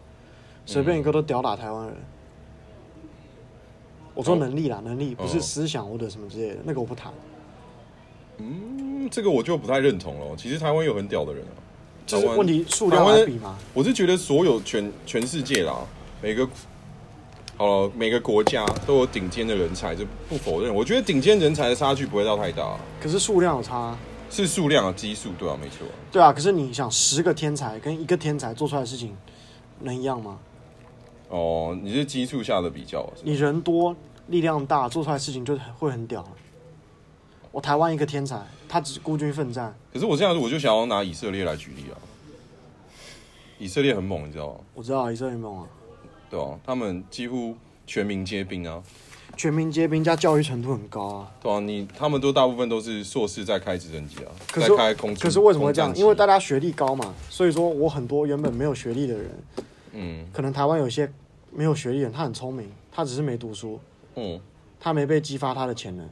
[SPEAKER 2] 随便一个都吊打台湾人。我说
[SPEAKER 1] 哦
[SPEAKER 2] 能力啦，能力不是
[SPEAKER 1] 嗯哦
[SPEAKER 2] 思想或者什么之类的，那个我不谈。
[SPEAKER 1] 嗯，这个我就不太认同了。其实台湾有很屌的人啊，
[SPEAKER 2] 就是
[SPEAKER 1] 台湾
[SPEAKER 2] 问题数量来比嘛，
[SPEAKER 1] 我是觉得所有全全世界啦，每个好了，每个国家都有顶尖的人才，这不否认。我觉得顶尖人才的差距不会到太大，
[SPEAKER 2] 可是数量有差啊、
[SPEAKER 1] 是数量啊，基数，对啊，没错啊。
[SPEAKER 2] 对啊，可是你想十个天才跟一个天才做出来的事情能一样吗？
[SPEAKER 1] 哦，你是基数下的比较啊，是吧
[SPEAKER 2] 你人多力量大，做出来的事情就会很屌了。我台湾一个天才，他只孤军奋战，
[SPEAKER 1] 可是我这样，我就想要拿以色列来举例啊。以色列很猛，你知道吗？
[SPEAKER 2] 我知道以色列梦啊，
[SPEAKER 1] 对啊，他们几乎全民皆兵啊，
[SPEAKER 2] 全民皆兵加教育程度很高啊。
[SPEAKER 1] 对啊，你他们都大部分都是硕士在开直升机啊，
[SPEAKER 2] 可
[SPEAKER 1] 在
[SPEAKER 2] 是
[SPEAKER 1] 开空
[SPEAKER 2] 可是为什么会
[SPEAKER 1] 会
[SPEAKER 2] 这样？因为大家学历高嘛，所以说我很多原本没有学历的人，
[SPEAKER 1] 嗯
[SPEAKER 2] 可能台湾有些没有学历的人，他很聪明，他只是没读书，
[SPEAKER 1] 嗯
[SPEAKER 2] 他没被激发他的潜能。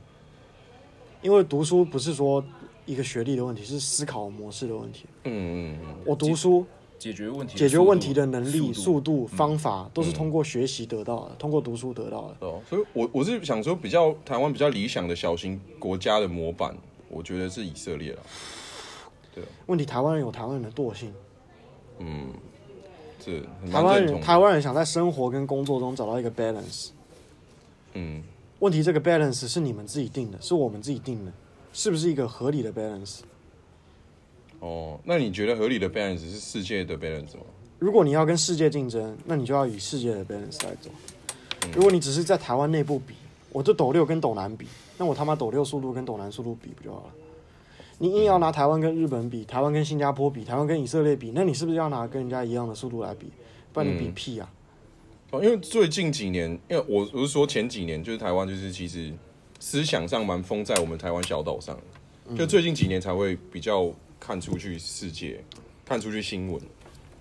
[SPEAKER 2] 因为读书不是说一个学历的问题，是思考模式的问题。
[SPEAKER 1] 嗯嗯嗯，
[SPEAKER 2] 我读书
[SPEAKER 3] 解决问题的
[SPEAKER 2] 嗯解决
[SPEAKER 3] 速度
[SPEAKER 2] 问题的能力、速
[SPEAKER 3] 速度
[SPEAKER 2] 度、嗯方法，都是通过学习得到的，通过读书得到的。
[SPEAKER 1] 对啊，所以我我是想说，比较台湾比较理想的小型国家的模板，我觉得是以色列了。
[SPEAKER 2] 问题台湾人有台湾人的惰性，
[SPEAKER 1] 嗯，这很
[SPEAKER 2] 台
[SPEAKER 1] 难
[SPEAKER 2] 湾
[SPEAKER 1] 认
[SPEAKER 2] 人
[SPEAKER 1] 同。
[SPEAKER 2] 台湾人想在生活跟工作中找到一个 balance。
[SPEAKER 1] 嗯，
[SPEAKER 2] 问题这个 balance 是你们自己定的，是我们自己定的，是不是一个合理的 balance？
[SPEAKER 1] 哦，那你觉得合理的 balance 是世界的 balance 吗？
[SPEAKER 2] 如果你要跟世界竞争，那你就要以世界的 balance 来走。如果你只是在台湾内部比，我就斗六跟斗南比，那我他妈斗六速度跟斗南速度比不就好了？你硬要拿台湾跟日本比，台湾跟新加坡比，台湾跟以色列比，那你是不是要拿跟人家一样的速度来比？不然你比屁啊！
[SPEAKER 1] 哦，因为最近几年，因为我我是说前几年，就是台湾就是其实思想上蛮封在我们台湾小岛上的，就最近几年才会比较看出去世界，看出去新闻，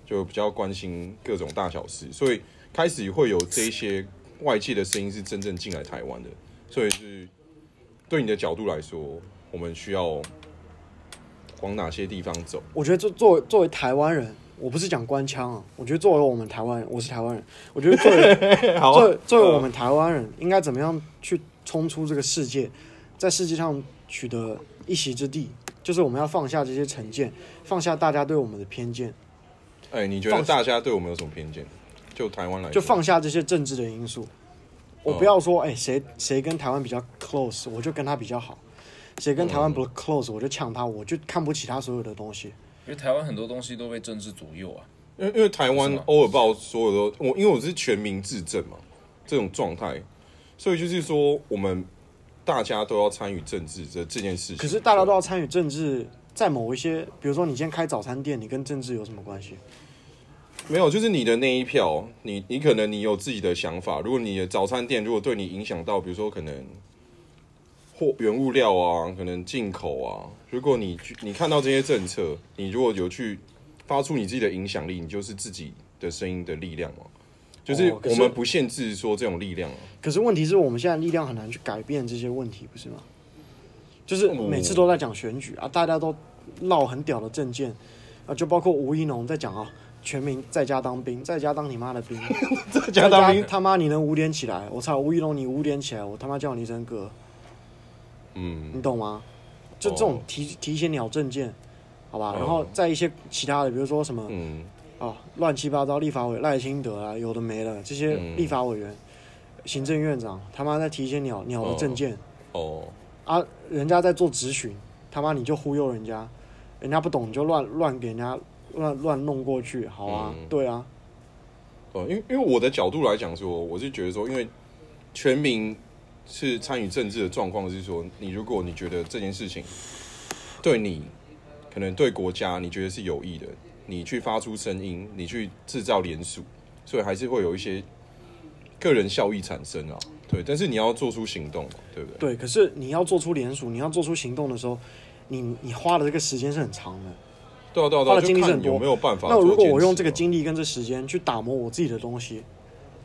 [SPEAKER 1] 就比较关心各种大小事，所以开始会有这一些外界的声音是真正进来台湾的，所以是对你的角度来说，我们需要往哪些地方走？
[SPEAKER 2] 我觉得作作为作为台湾人，我不是讲官腔啊，我觉得作为我们台湾人，我是台湾人，我觉得作为
[SPEAKER 1] 好
[SPEAKER 2] 作为作为我们台湾人，应该怎么样去冲出这个世界，在世界上取得一席之地？就是我们要放下这些成见，放下大家对我们的偏见，
[SPEAKER 1] 哎、你觉得
[SPEAKER 2] 放
[SPEAKER 1] 大家对我们有什么偏见？就台湾来说，
[SPEAKER 2] 就放下这些政治的因素。我不要说，哎、谁谁跟台湾比较 close，我就跟他比较好；谁跟台湾不 close，我就呛他，我就看不起他所有的东西。
[SPEAKER 3] 因为台湾很多东西都被政治左右啊。
[SPEAKER 1] 因为因为台湾
[SPEAKER 3] 是吗
[SPEAKER 1] 偶尔报所有都我因为我是全民自政嘛，这种状态，所以就是说我们大家都要参与政治这这件事情。
[SPEAKER 2] 可是大家都要参与政治，在某一些，比如说你今天开早餐店，你跟政治有什么关系？
[SPEAKER 1] 没有，就是你的那一票，你你可能你有自己的想法。如果你的早餐店如果对你影响到，比如说可能货原物料啊，可能进口啊，如果你去你看到这些政策，你如果有去发出你自己的影响力，你就是自己的声音的力量嘛。就是
[SPEAKER 2] 哦可是
[SPEAKER 1] 我们不限制说这种力量啊。
[SPEAKER 2] 可是问题是我们现在力量很难去改变这些问题，不是吗？就是每次都在讲选举啊，大家都唠很屌的政见啊，就包括吴一农在讲啊，全民在家当兵，在家当你妈的兵，
[SPEAKER 1] 在 家当兵
[SPEAKER 2] 在家他妈你能五点起来？我操，吴一农你五点起来，我他妈叫你一声哥，
[SPEAKER 1] 嗯
[SPEAKER 2] 你懂吗？就这
[SPEAKER 1] 哦
[SPEAKER 2] 种提提一些鸟政见，好吧，
[SPEAKER 1] 哦
[SPEAKER 2] 然后在一些其他的，比如说什么
[SPEAKER 1] 嗯
[SPEAKER 2] 啊，乱七八糟，立法委赖清德啊，有的没的，这些
[SPEAKER 1] 嗯
[SPEAKER 2] 立法委员、行政院长他妈在提一些鸟鸟的政见、
[SPEAKER 1] 哦，
[SPEAKER 2] 啊，人家在做质询，他妈你就忽悠人家，人家不懂你就乱乱给人家乱乱弄过去，好啊，
[SPEAKER 1] 嗯
[SPEAKER 2] 对啊，
[SPEAKER 1] 哦，因为因为我的角度来讲说，我是觉得说，因为全民是参与政治的状况是说，你如果你觉得这件事情对你可能对国家你觉得是有益的，你去发出声音，你去制造联署，所以还是会有一些个人效益产生啊。对，但是你要做出行动嘛，对不对？
[SPEAKER 2] 对。可是你要做出联署，你要做出行动的时候，你你花的这个时间是很长的。
[SPEAKER 1] 对啊，对啊，
[SPEAKER 2] 花
[SPEAKER 1] 对啊，
[SPEAKER 2] 的精力
[SPEAKER 1] 就是看
[SPEAKER 2] 很多
[SPEAKER 1] 有没有办法
[SPEAKER 2] 那
[SPEAKER 1] 做坚持啊。
[SPEAKER 2] 如果我用这个精力跟这时间去打磨我自己的东西，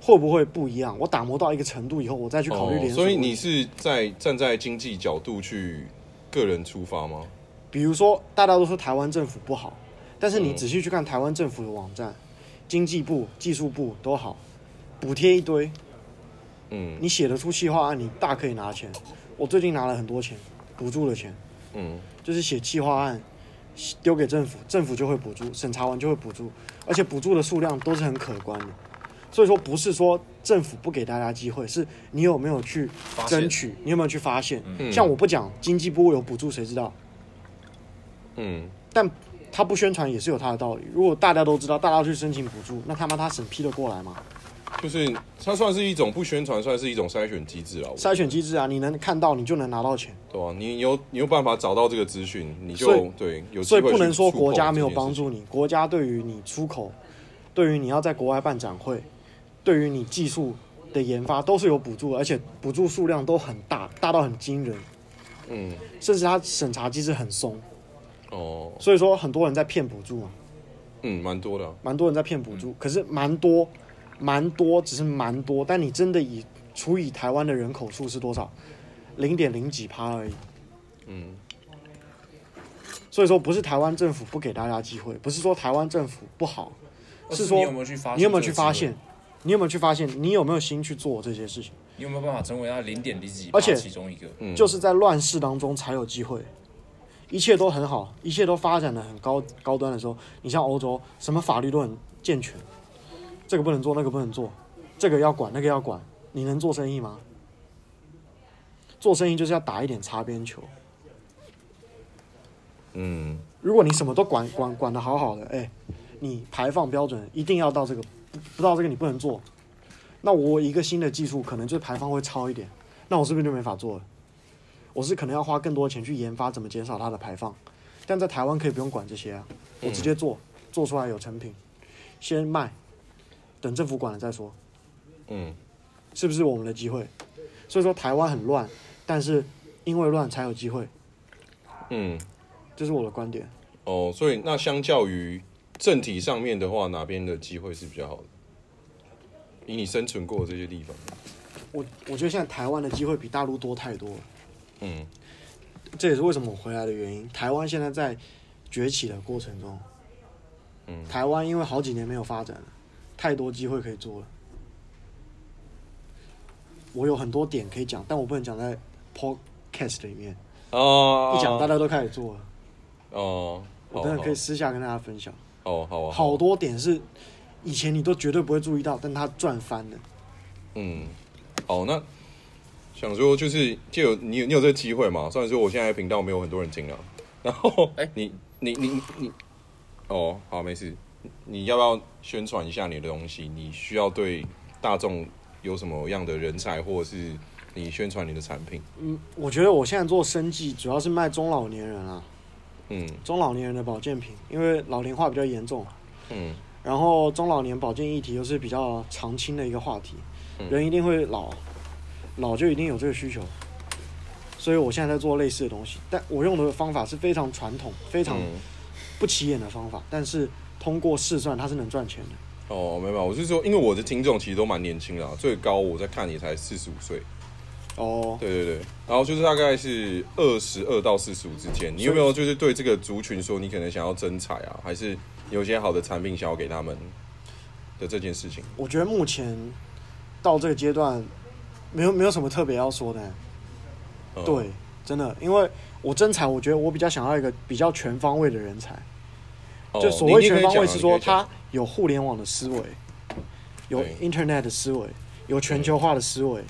[SPEAKER 2] 会不会不一样？我打磨到一个程度以后，我再去考虑联
[SPEAKER 1] 哦，
[SPEAKER 2] 署。
[SPEAKER 1] 所以你是在站在经济角度去个人出发吗？
[SPEAKER 2] 比如说，大家都说台湾政府不好，
[SPEAKER 1] 嗯
[SPEAKER 2] 但是你仔细去看台湾政府的网站，经济部、技术部都好，补贴一堆，
[SPEAKER 1] 嗯
[SPEAKER 2] 你写得出企划案，你大可以拿钱。我最近拿了很多钱，补助的钱，
[SPEAKER 1] 嗯
[SPEAKER 2] 就是写企划案丢给政府，政府就会补助，审查完就会补助，而且补助的数量都是很可观的。所以说，不是说政府不给大家机会，是你有没有去
[SPEAKER 3] 现
[SPEAKER 2] 争取，你有没有去发现。像我不讲经济部有补助，谁知道？
[SPEAKER 1] 嗯
[SPEAKER 2] 但他不宣传也是有他的道理。如果大家都知道，大家去申请补助，那他妈他审批得过来吗？
[SPEAKER 1] 就是它算是一种不宣传，算是一种筛选机制了。我
[SPEAKER 2] 筛选机制啊，你能看到你就能拿到钱，
[SPEAKER 1] 对啊，你有你有办法找到这个资讯，你
[SPEAKER 2] 所
[SPEAKER 1] 就
[SPEAKER 2] 以
[SPEAKER 1] 对有机
[SPEAKER 2] 所
[SPEAKER 1] 会
[SPEAKER 2] 以不能
[SPEAKER 1] 去
[SPEAKER 2] 说
[SPEAKER 1] 触
[SPEAKER 2] 国
[SPEAKER 1] 碰
[SPEAKER 2] 家
[SPEAKER 1] 这
[SPEAKER 2] 没有
[SPEAKER 1] 件
[SPEAKER 2] 帮
[SPEAKER 1] 事情。
[SPEAKER 2] 助你。国家对于你出口，对于你要在国外办展会，对于你技术的研发都是有补助的，而且补助数量都很大，大到很惊人，
[SPEAKER 1] 嗯
[SPEAKER 2] 甚至它审查机制很松。
[SPEAKER 1] 哦
[SPEAKER 2] 所以说很多人在骗补助嘛，
[SPEAKER 1] 嗯，蛮多的啊、
[SPEAKER 2] 蛮多人在骗补助，可是蛮多，蛮多，只是蛮多。但你真的以除以台湾的人口数是多少，零点零几趴而已。
[SPEAKER 1] 嗯
[SPEAKER 2] 所以说不是台湾政府不给大家机会，不是说台湾政府不好，
[SPEAKER 3] 而
[SPEAKER 2] 是
[SPEAKER 3] 你
[SPEAKER 2] 说
[SPEAKER 3] 有没有去发？
[SPEAKER 2] 你有没有去发现？？你有没有去发现？你有没有心去做这些事情？
[SPEAKER 3] 你有没有办法成为他零点零几？
[SPEAKER 2] 而且
[SPEAKER 3] 其中一个，
[SPEAKER 1] 嗯，
[SPEAKER 2] 就是在乱世当中才有机会，一切都很好，一切都发展的很高高端的时候，你像欧洲，什么法律都很健全，这个不能做，那个不能做，这个要管，那个要管，你能做生意吗？做生意就是要打一点擦边球。
[SPEAKER 1] 嗯
[SPEAKER 2] 如果你什么都管管管的好好的，哎、你排放标准一定要到这个，不不到这个你不能做。那我一个新的技术可能就是排放会超一点，那我是不是就没法做了？我是可能要花更多钱去研发怎么减少它的排放，但在台湾可以不用管这些啊，我直接做，做出来有成品，先卖，等政府管了再说。
[SPEAKER 1] 嗯
[SPEAKER 2] 是不是我们的机会？所以说台湾很乱，但是因为乱才有机会，
[SPEAKER 1] 嗯
[SPEAKER 2] 这是我的观点。
[SPEAKER 1] 哦，所以那相较于政体上面的话，哪边的机会是比较好的？以你生存过的这些地方，
[SPEAKER 2] 我我觉得现在台湾的机会比大陆多太多了。
[SPEAKER 1] 嗯
[SPEAKER 2] 这也是为什么我回来的原因。台湾现在在崛起的过程中，
[SPEAKER 1] 嗯
[SPEAKER 2] 台湾因为好几年没有发展了，太多机会可以做了。我有很多点可以讲，但我不能讲在 podcast 里面，
[SPEAKER 1] 啊，
[SPEAKER 2] 一讲大家都开始做了。
[SPEAKER 1] 哦，
[SPEAKER 2] 我等
[SPEAKER 1] 好
[SPEAKER 2] 等可以私下跟大家分享，
[SPEAKER 1] 好好啊，
[SPEAKER 2] 好多点是以前你都绝对不会注意到，但它赚翻了。
[SPEAKER 1] 嗯，好，那想说就是借有你有你有这个机会嘛？虽然说我现在频道没有很多人听啊，然后
[SPEAKER 3] 哎
[SPEAKER 1] 你你你你，哦，好，没事，你要不要宣传一下你的东西？你需要对大众有什么样的人才，或者是你宣传你的产品？
[SPEAKER 2] 嗯，我觉得我现在做生计主要是卖中老年人啊，
[SPEAKER 1] 嗯
[SPEAKER 2] 中老年人的保健品，因为老龄化比较严重。
[SPEAKER 1] 嗯
[SPEAKER 2] 然后中老年保健议题又是比较常青的一个话题，
[SPEAKER 1] 嗯
[SPEAKER 2] 人一定会老，老就一定有这个需求，所以我现在在做类似的东西，但我用的方法是非常传统、非常
[SPEAKER 1] 嗯，
[SPEAKER 2] 不起眼的方法，但是通过试算它是能赚钱的。
[SPEAKER 1] 哦，没有没有，我是说，因为我的听众其实都蛮年轻的、啊，最高我在看也才四十五岁，
[SPEAKER 2] 哦，
[SPEAKER 1] 对对对，然后就是大概是二十二到四十五之间。你有没有就是对这个族群说，你可能想要增彩啊，还是有一些好的产品想要给他们的这件事情？
[SPEAKER 2] 我觉得目前到这个阶段，没有没有什么特别要说的、
[SPEAKER 1] 嗯
[SPEAKER 2] 对，真的，因为我真才，我觉得我比较想要一个比较全方位的人才。
[SPEAKER 1] 哦
[SPEAKER 2] 就所谓
[SPEAKER 1] 你你可
[SPEAKER 2] 全
[SPEAKER 1] 以
[SPEAKER 2] 方
[SPEAKER 1] 讲
[SPEAKER 2] 位
[SPEAKER 1] 啊
[SPEAKER 2] 是
[SPEAKER 1] 你
[SPEAKER 2] 说
[SPEAKER 1] 可以讲
[SPEAKER 2] 他有互联网的思维，有
[SPEAKER 1] 对
[SPEAKER 2] Internet 的思维，有全球化的思维，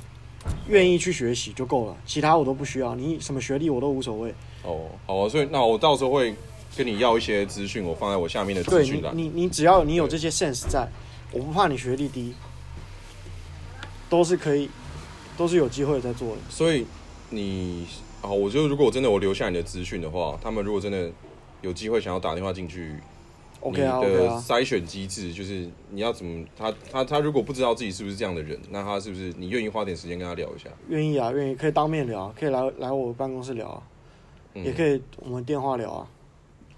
[SPEAKER 2] 愿意去学习就够了，其他我都不需要。你什么学历我都无所谓。
[SPEAKER 1] 哦，好啊，所以那我到时候会跟你要一些资讯，我放在我下面的资
[SPEAKER 2] 对
[SPEAKER 1] 讯
[SPEAKER 2] 你，
[SPEAKER 1] 栏。
[SPEAKER 2] 你你只要你有这些 sense 在，我不怕你学历低，都是可以，都是有机会在做的。
[SPEAKER 1] 所以你啊，我就如果真的我留下你的资讯的话，他们如果真的有机会想要打电话进去
[SPEAKER 2] OK 啊
[SPEAKER 1] 你
[SPEAKER 2] ，OK
[SPEAKER 1] 的
[SPEAKER 2] 啊，
[SPEAKER 1] 筛选机制就是你要怎么他他他如果不知道自己是不是这样的人，那他是不是你愿意花点时间跟他聊一下？
[SPEAKER 2] 愿意啊，愿意可以当面聊，可以来来我办公室聊啊，
[SPEAKER 1] 嗯哦
[SPEAKER 2] 也可以我们电话聊啊。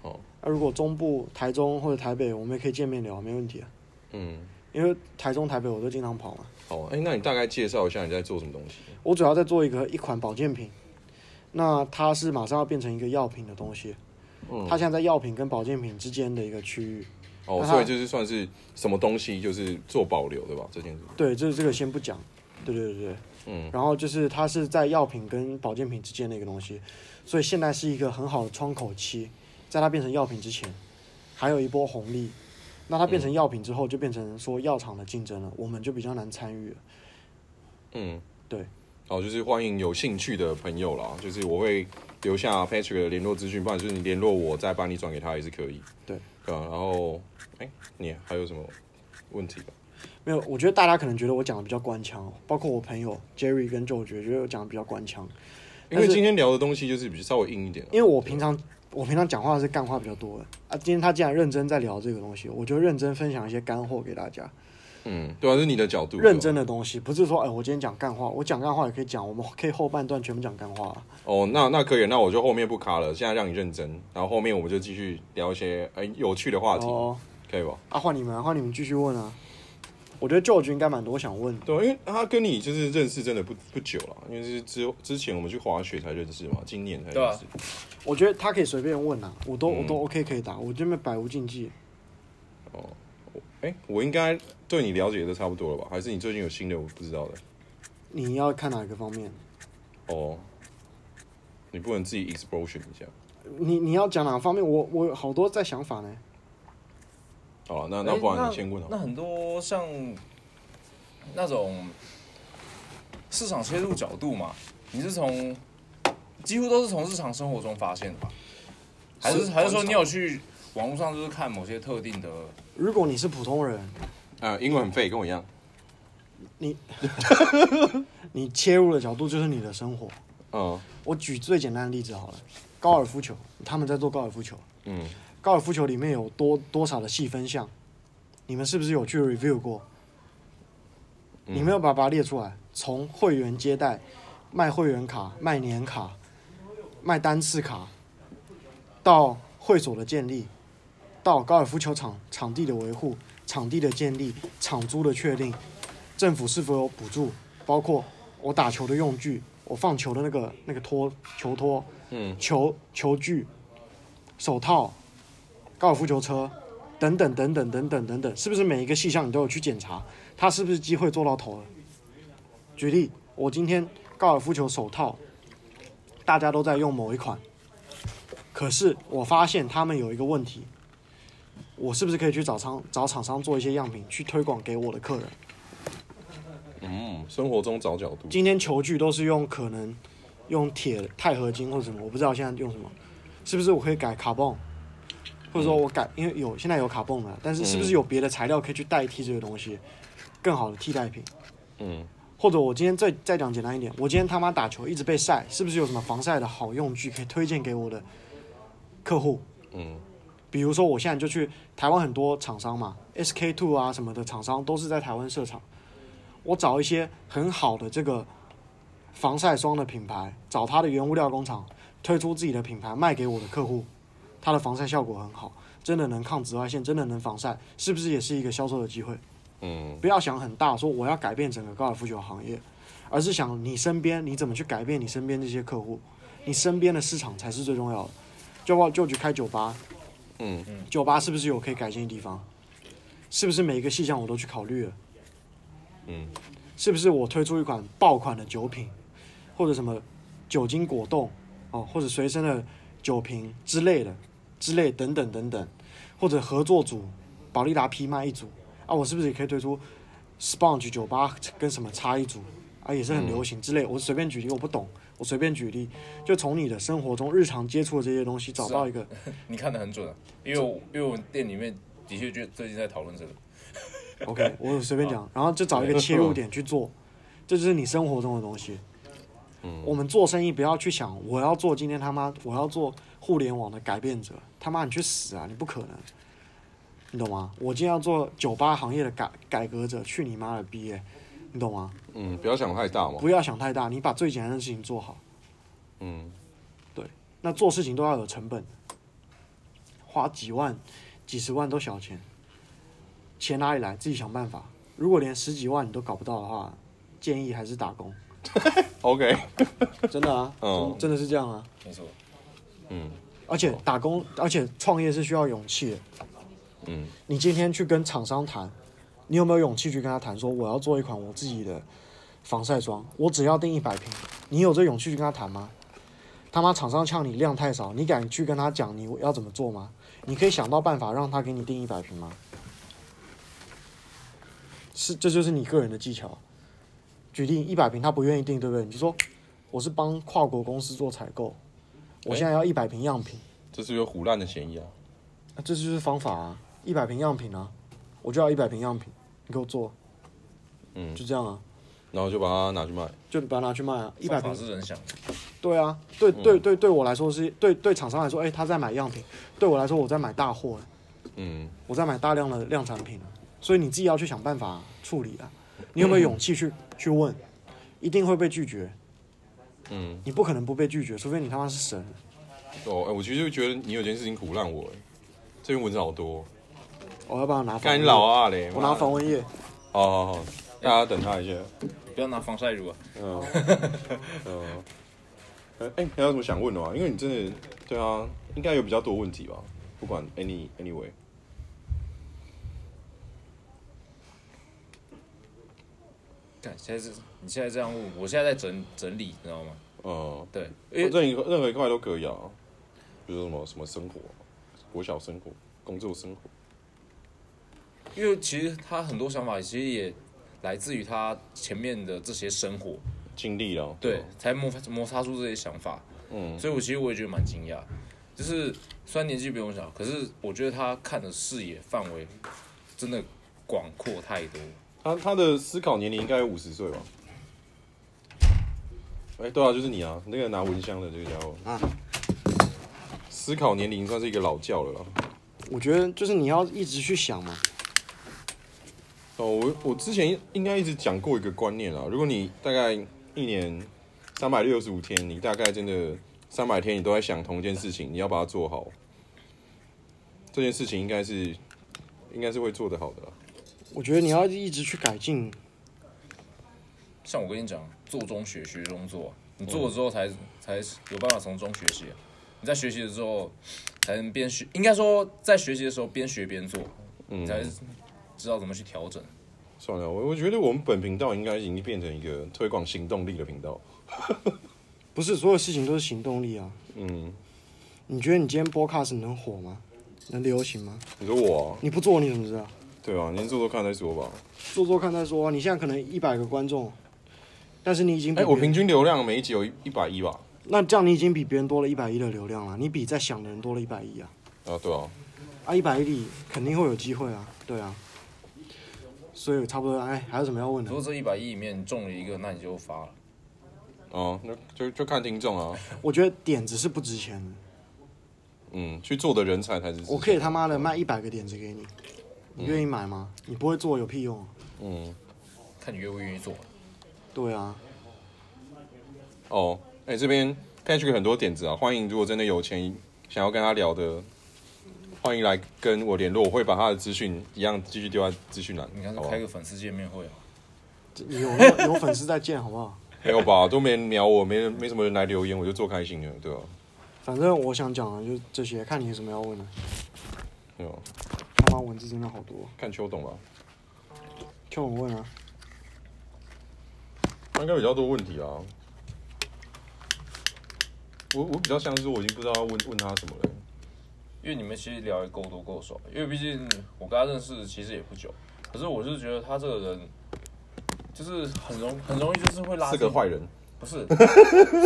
[SPEAKER 1] 好，
[SPEAKER 2] 那、如果中部、台中或者台北，我们也可以见面聊，没问题啊。
[SPEAKER 1] 嗯，
[SPEAKER 2] 因为台中、台北我都经常跑嘛。
[SPEAKER 1] 好，哎、那你大概介绍一下你在做什么东西？
[SPEAKER 2] 我主要在做一个一款保健品，那它是马上要变成一个药品的东西，
[SPEAKER 1] 嗯
[SPEAKER 2] 它现在在药品跟保健品之间的一个区域。
[SPEAKER 1] 哦，
[SPEAKER 2] 那它
[SPEAKER 1] 所以就是算是什么东西，就是做保留对吧？这件事，
[SPEAKER 2] 对，这这个先不讲，对对对对，
[SPEAKER 1] 嗯
[SPEAKER 2] 然后就是它是在药品跟保健品之间的一个东西，所以现在是一个很好的窗口期，在它变成药品之前，还有一波红利。那它
[SPEAKER 1] 嗯
[SPEAKER 2] 变成药品之后，就变成说药厂的竞争了，我们就比较难参与了。
[SPEAKER 1] 嗯，
[SPEAKER 2] 对，
[SPEAKER 1] 好，就是欢迎有兴趣的朋友啦，就是我会留下 Patrick 的联络资讯，不然就是你联络我，再把你转给他也是可以。
[SPEAKER 2] 对，
[SPEAKER 1] 对啊，然后哎、你还有什么问题吧？
[SPEAKER 2] 没有，我觉得大家可能觉得我讲的比较官腔哦，包括我朋友 Jerry 跟 Joe 觉得我讲的比较官腔，
[SPEAKER 1] 因
[SPEAKER 2] 但
[SPEAKER 1] 为
[SPEAKER 2] 是
[SPEAKER 1] 今天聊的东西就是比较稍微硬一点啊，
[SPEAKER 2] 因为我平常我平常讲话是干话比较多的啊，今天他既然认真在聊这个东西，我就认真分享一些干货给大家，
[SPEAKER 1] 嗯，对啊，是你的角度，
[SPEAKER 2] 认真
[SPEAKER 1] 的
[SPEAKER 2] 的东西，不是说哎我今天讲干话，我讲干话也可以讲，我们可以后半段全部讲干话啊，
[SPEAKER 1] 哦，那那可以，那我就后面不卡了，现在让你认真，然后后面我们就继续聊一些哎、有趣的话题，
[SPEAKER 2] 哦，
[SPEAKER 1] 可以吧？
[SPEAKER 2] 啊换你们啊，换你们继续问啊，我觉得 Joe 应该蛮多想问的，
[SPEAKER 1] 对，啊因为他跟你就是认识真的不不久了，因为是之之前我们去滑雪才认识嘛，今年才
[SPEAKER 3] 对
[SPEAKER 1] 认
[SPEAKER 3] 啊
[SPEAKER 1] 识。
[SPEAKER 2] 我觉得他可以随便问啊，我都
[SPEAKER 1] 嗯
[SPEAKER 2] 我都 OK 可以答，我这边百无禁忌，
[SPEAKER 1] 哎、我应该对你了解的差不多了吧？还是你最近有新的我不知道的？
[SPEAKER 2] 你要看哪个方面？
[SPEAKER 1] 哦，你不能自己 explosion 一下。
[SPEAKER 2] 你你要讲哪方面？我我有好多在想法呢。
[SPEAKER 1] 好了，啊那
[SPEAKER 3] 哎
[SPEAKER 1] 那不然
[SPEAKER 3] 那
[SPEAKER 1] 你先
[SPEAKER 2] 嗯
[SPEAKER 1] 问好
[SPEAKER 3] 那
[SPEAKER 1] 了。
[SPEAKER 3] 很多像那种市场切入角度嘛，你是从几乎都是从日常生活中发现的吧？还是
[SPEAKER 1] 是
[SPEAKER 3] 还是说
[SPEAKER 1] 观察
[SPEAKER 3] 你有去网络上就是看某些特定的？
[SPEAKER 2] 如果你是普通人，
[SPEAKER 1] 啊、英文很废，跟我一样。
[SPEAKER 2] 你切入的角度就是你的生活。
[SPEAKER 1] 嗯
[SPEAKER 2] 我举最简单的例子好了，高尔夫球，他们在做高尔夫球，
[SPEAKER 1] 嗯，
[SPEAKER 2] 高尔夫球里面有多多少的细分项，你们是不是有去 review 过？
[SPEAKER 1] 嗯
[SPEAKER 2] 你没有把它列出来，从会员接待、卖会员卡、卖年卡、卖单次卡，到会所的建立，到高尔夫球场场地的维护、场地的建立、场租的确定，政府是否有补助，包括我打球的用具，我放球的那个那个托球托，
[SPEAKER 1] 嗯，
[SPEAKER 2] 球球具、手套、高尔夫球车等等等等等等等等，是不是每一个细项你都有去检查，它是不是机会做到头了？举例，我今天高尔夫球手套，大家都在用某一款，可是我发现他们有一个问题，我是不是可以去找厂找厂商做一些样品去推广给我的客人？
[SPEAKER 1] 嗯，生活中找角度。
[SPEAKER 2] 今天球具都是用可能用铁钛合金或者什么，我不知道现在用什么，是不是我可以改卡泵，或者说我改，因为有现在有卡泵了，但是是不是有别的材料可以去代替这个东西，更好的替代品？
[SPEAKER 1] 嗯
[SPEAKER 2] 或者我今天再再讲简单一点，我今天他妈打球一直被晒，是不是有什么防晒的好用具可以推荐给我的客户？
[SPEAKER 1] 嗯
[SPEAKER 2] 比如说我现在就去台湾很多厂商嘛，SK two 啊什么的厂商都是在台湾设厂，我找一些很好的这个防晒霜的品牌，找它的原物料工厂推出自己的品牌卖给我的客户，它的防晒效果很好，真的能抗紫外线，真的能防晒，是不是也是一个销售的机会？
[SPEAKER 1] 嗯
[SPEAKER 2] 不要想很大，说我要改变整个高尔夫球行业，而是想你身边你怎么去改变你身边这些客户，你身边的市场才是最重要的。就我就去开酒吧，
[SPEAKER 1] 嗯
[SPEAKER 2] 酒吧是不是有可以改进的地方？是不是每一个细项我都去考虑了？
[SPEAKER 1] 嗯，
[SPEAKER 2] 是不是我推出一款爆款的酒品，或者什么酒精果冻哦，或者随身的酒瓶之类的之类等等等等，或者合作组保利达 P 卖一组啊，我是不是也可以推出 Sponge 酒吧跟什么差一组啊，也是很流行之
[SPEAKER 3] 嗯
[SPEAKER 2] 类。我随便举例，我不懂，我随便举例，就从你的生活中日常接触的这些东西找
[SPEAKER 3] 是啊
[SPEAKER 2] 到一个
[SPEAKER 3] 你看的很准啊，因为我因为我们店里面的确就最近在讨论这个。
[SPEAKER 2] OK，我随便讲，然后就找一个切入点去做，这就是你生活中的东西。
[SPEAKER 1] 嗯
[SPEAKER 2] 我们做生意不要去想我要做今天他妈我要做互联网的改变者，他妈你去死啊！你不可能，你懂吗？我今天要做酒吧行业的改改革者，去你妈的逼、欸！你懂吗？
[SPEAKER 1] 嗯，不要想太大嘛。
[SPEAKER 2] 不要想太大，你把最简单的事情做好。
[SPEAKER 1] 嗯
[SPEAKER 2] 那做事情都要有成本，花几万、几十万都小钱，钱哪里来？自己想办法。如果连十几万你都搞不到的话，建议还是打工。
[SPEAKER 1] ，OK，
[SPEAKER 2] 真的啊，
[SPEAKER 1] 嗯
[SPEAKER 2] 真真的是这样啊。
[SPEAKER 3] 没错，
[SPEAKER 1] 嗯
[SPEAKER 2] 而且打工，而且创业是需要勇气的。
[SPEAKER 1] 嗯
[SPEAKER 2] 你今天去跟厂商谈，你有没有勇气去跟他谈说我要做一款我自己的防晒霜，我只要订一百瓶，你有这勇气去跟他谈吗？他妈厂商呛你量太少，你敢去跟他讲你要怎么做吗？你可以想到办法让他给你订一百瓶吗？是，这就是你个人的技巧。举例一百瓶他不愿意订，对不对？你就说我是帮跨国公司做采购，我现在要一百瓶样品。
[SPEAKER 1] 这是有虎烂的嫌疑啊！
[SPEAKER 2] 啊，这就是方法啊，一百瓶样品啊，我就要一百瓶样品，你给我做，
[SPEAKER 1] 嗯
[SPEAKER 2] 就这样啊，
[SPEAKER 1] 然后就把它拿去卖，
[SPEAKER 2] 就把它拿去卖啊，一百
[SPEAKER 3] 方
[SPEAKER 2] 瓶
[SPEAKER 3] 法，是人想的，
[SPEAKER 2] 对啊，对
[SPEAKER 1] 嗯
[SPEAKER 2] 对对，对我来说是对对厂商来说，哎、他在买样品，对我来说我在买大货、
[SPEAKER 1] 嗯，
[SPEAKER 2] 我在买大量的量产品啊，所以你自己要去想办法处理啊，你有没有勇气去、去问？一定会被拒绝，
[SPEAKER 1] 嗯，
[SPEAKER 2] 你不可能不被拒绝，除非你他妈是神。
[SPEAKER 1] 哦，哎、我其实就觉得你有件事情苦烂我、哎这篇文字好多，
[SPEAKER 2] 我、要不要拿？
[SPEAKER 1] 干你老！啊嘞！
[SPEAKER 2] 我拿
[SPEAKER 1] 防
[SPEAKER 2] 防，蚊液，
[SPEAKER 1] 好好好，大家等他一下。
[SPEAKER 3] 不要拿防晒乳啊。
[SPEAKER 1] 嗯，嗯，呃哎、还有什么想问的吗？因为你真的，对啊，应该有比较多问题吧？不管 any anyway，
[SPEAKER 3] 看现在是，你现在这样问，我现在在整整理，你知道吗？
[SPEAKER 1] 呃，
[SPEAKER 3] 对，因为
[SPEAKER 1] 任意任何一块都可以啊，比如说什么什么生活，国小生活、工作生活，
[SPEAKER 3] 因为其实他很多想法其实也来自于他前面的这些生活，
[SPEAKER 1] 经历啊了，
[SPEAKER 3] 对，才磨摩擦出这些想法。
[SPEAKER 1] 哦嗯，
[SPEAKER 3] 所以我其实我也觉得蛮惊讶，就是虽然年纪比我小，可是我觉得他看的视野范围真的广阔太多。
[SPEAKER 1] 他他的思考年龄应该有五十岁吧？哎、对啊，就是你啊，那个拿蚊香的这个家伙
[SPEAKER 2] 啊
[SPEAKER 1] 思考年龄算是一个老教了啦。
[SPEAKER 2] 我觉得就是你要一直去想嘛，
[SPEAKER 1] 哦，我我之前应该一直讲过一个观念啊，如果你大概一年三百六十五天，你大概真的三百天你都在想同一件事情，你要把它做好，这件事情应该是应该是会做得好的啦。
[SPEAKER 2] 我觉得你要一直去改进
[SPEAKER 3] 像我跟你讲，做中学，学中做，你做了之后才才有办法从中学习啊。你在学习的时候，才能边学，应该说在学习的时候边学边做，你才知道怎么去调整。
[SPEAKER 1] 算了，我我觉得我们本频道应该已经变成一个推广行动力的频道。
[SPEAKER 2] 不是所有事情都是行动力啊。
[SPEAKER 1] 嗯，
[SPEAKER 2] 你觉得你今天 podcast 能火吗？能流行吗？
[SPEAKER 1] 你说我、啊，
[SPEAKER 2] 你不做你怎么知道？
[SPEAKER 1] 对啊，你先做做看再说吧。
[SPEAKER 2] 做做看再说啊。你现在可能一百个观众，但是你已经比
[SPEAKER 1] 哎、我
[SPEAKER 2] 别人
[SPEAKER 1] 平均流量每一集有一百一吧？
[SPEAKER 2] 那这样你已经比别人多了一百亿的流量了，你比在想的人多了一百亿啊。
[SPEAKER 1] 啊，对啊，
[SPEAKER 2] 啊，一百亿里肯定会有机会啊，对啊。所以差不多，哎，还有什么要问的
[SPEAKER 3] 如？果这一百亿里面中了一个，那你就发了。
[SPEAKER 1] 啊，那就就看听众啊，
[SPEAKER 2] 我觉得点子是不值钱的，
[SPEAKER 1] 嗯，去做的人才才是。
[SPEAKER 2] 我可以他妈的卖一百个点子给你，你愿意买吗？你不会做有屁用啊、
[SPEAKER 1] 嗯。
[SPEAKER 3] 看你愿不愿意做。
[SPEAKER 2] 对啊，
[SPEAKER 1] 哦，哎、这边 Patrick 很多点子啊，欢迎如果真的有钱想要跟他聊的，欢迎来跟我联络，我会把他的资讯一样继续丢在资讯栏。
[SPEAKER 3] 你看，
[SPEAKER 1] 好不好
[SPEAKER 3] 开个粉丝见面会啊，
[SPEAKER 2] 这有那有粉丝在见，好不好？
[SPEAKER 1] 没有吧？都没人鸟我，没人没什么人来留言，我就做开心了，对吧、啊
[SPEAKER 2] 反正我想讲的就这些，看你有什么要问的。
[SPEAKER 1] 对吧、
[SPEAKER 2] 他妈文字真的好多，
[SPEAKER 1] 啊看秋董吧，
[SPEAKER 2] 就我问啊。
[SPEAKER 1] 他应该比较多问题啊。我我比较像是我已经不知道要问问他什么了。
[SPEAKER 3] 因为你们其实聊得够多够熟，因为毕竟我跟他认识其实也不久，可是我就觉得他这个人就是很容很容易就是会拉
[SPEAKER 1] 是
[SPEAKER 3] 近，
[SPEAKER 1] 个坏人，
[SPEAKER 3] 不是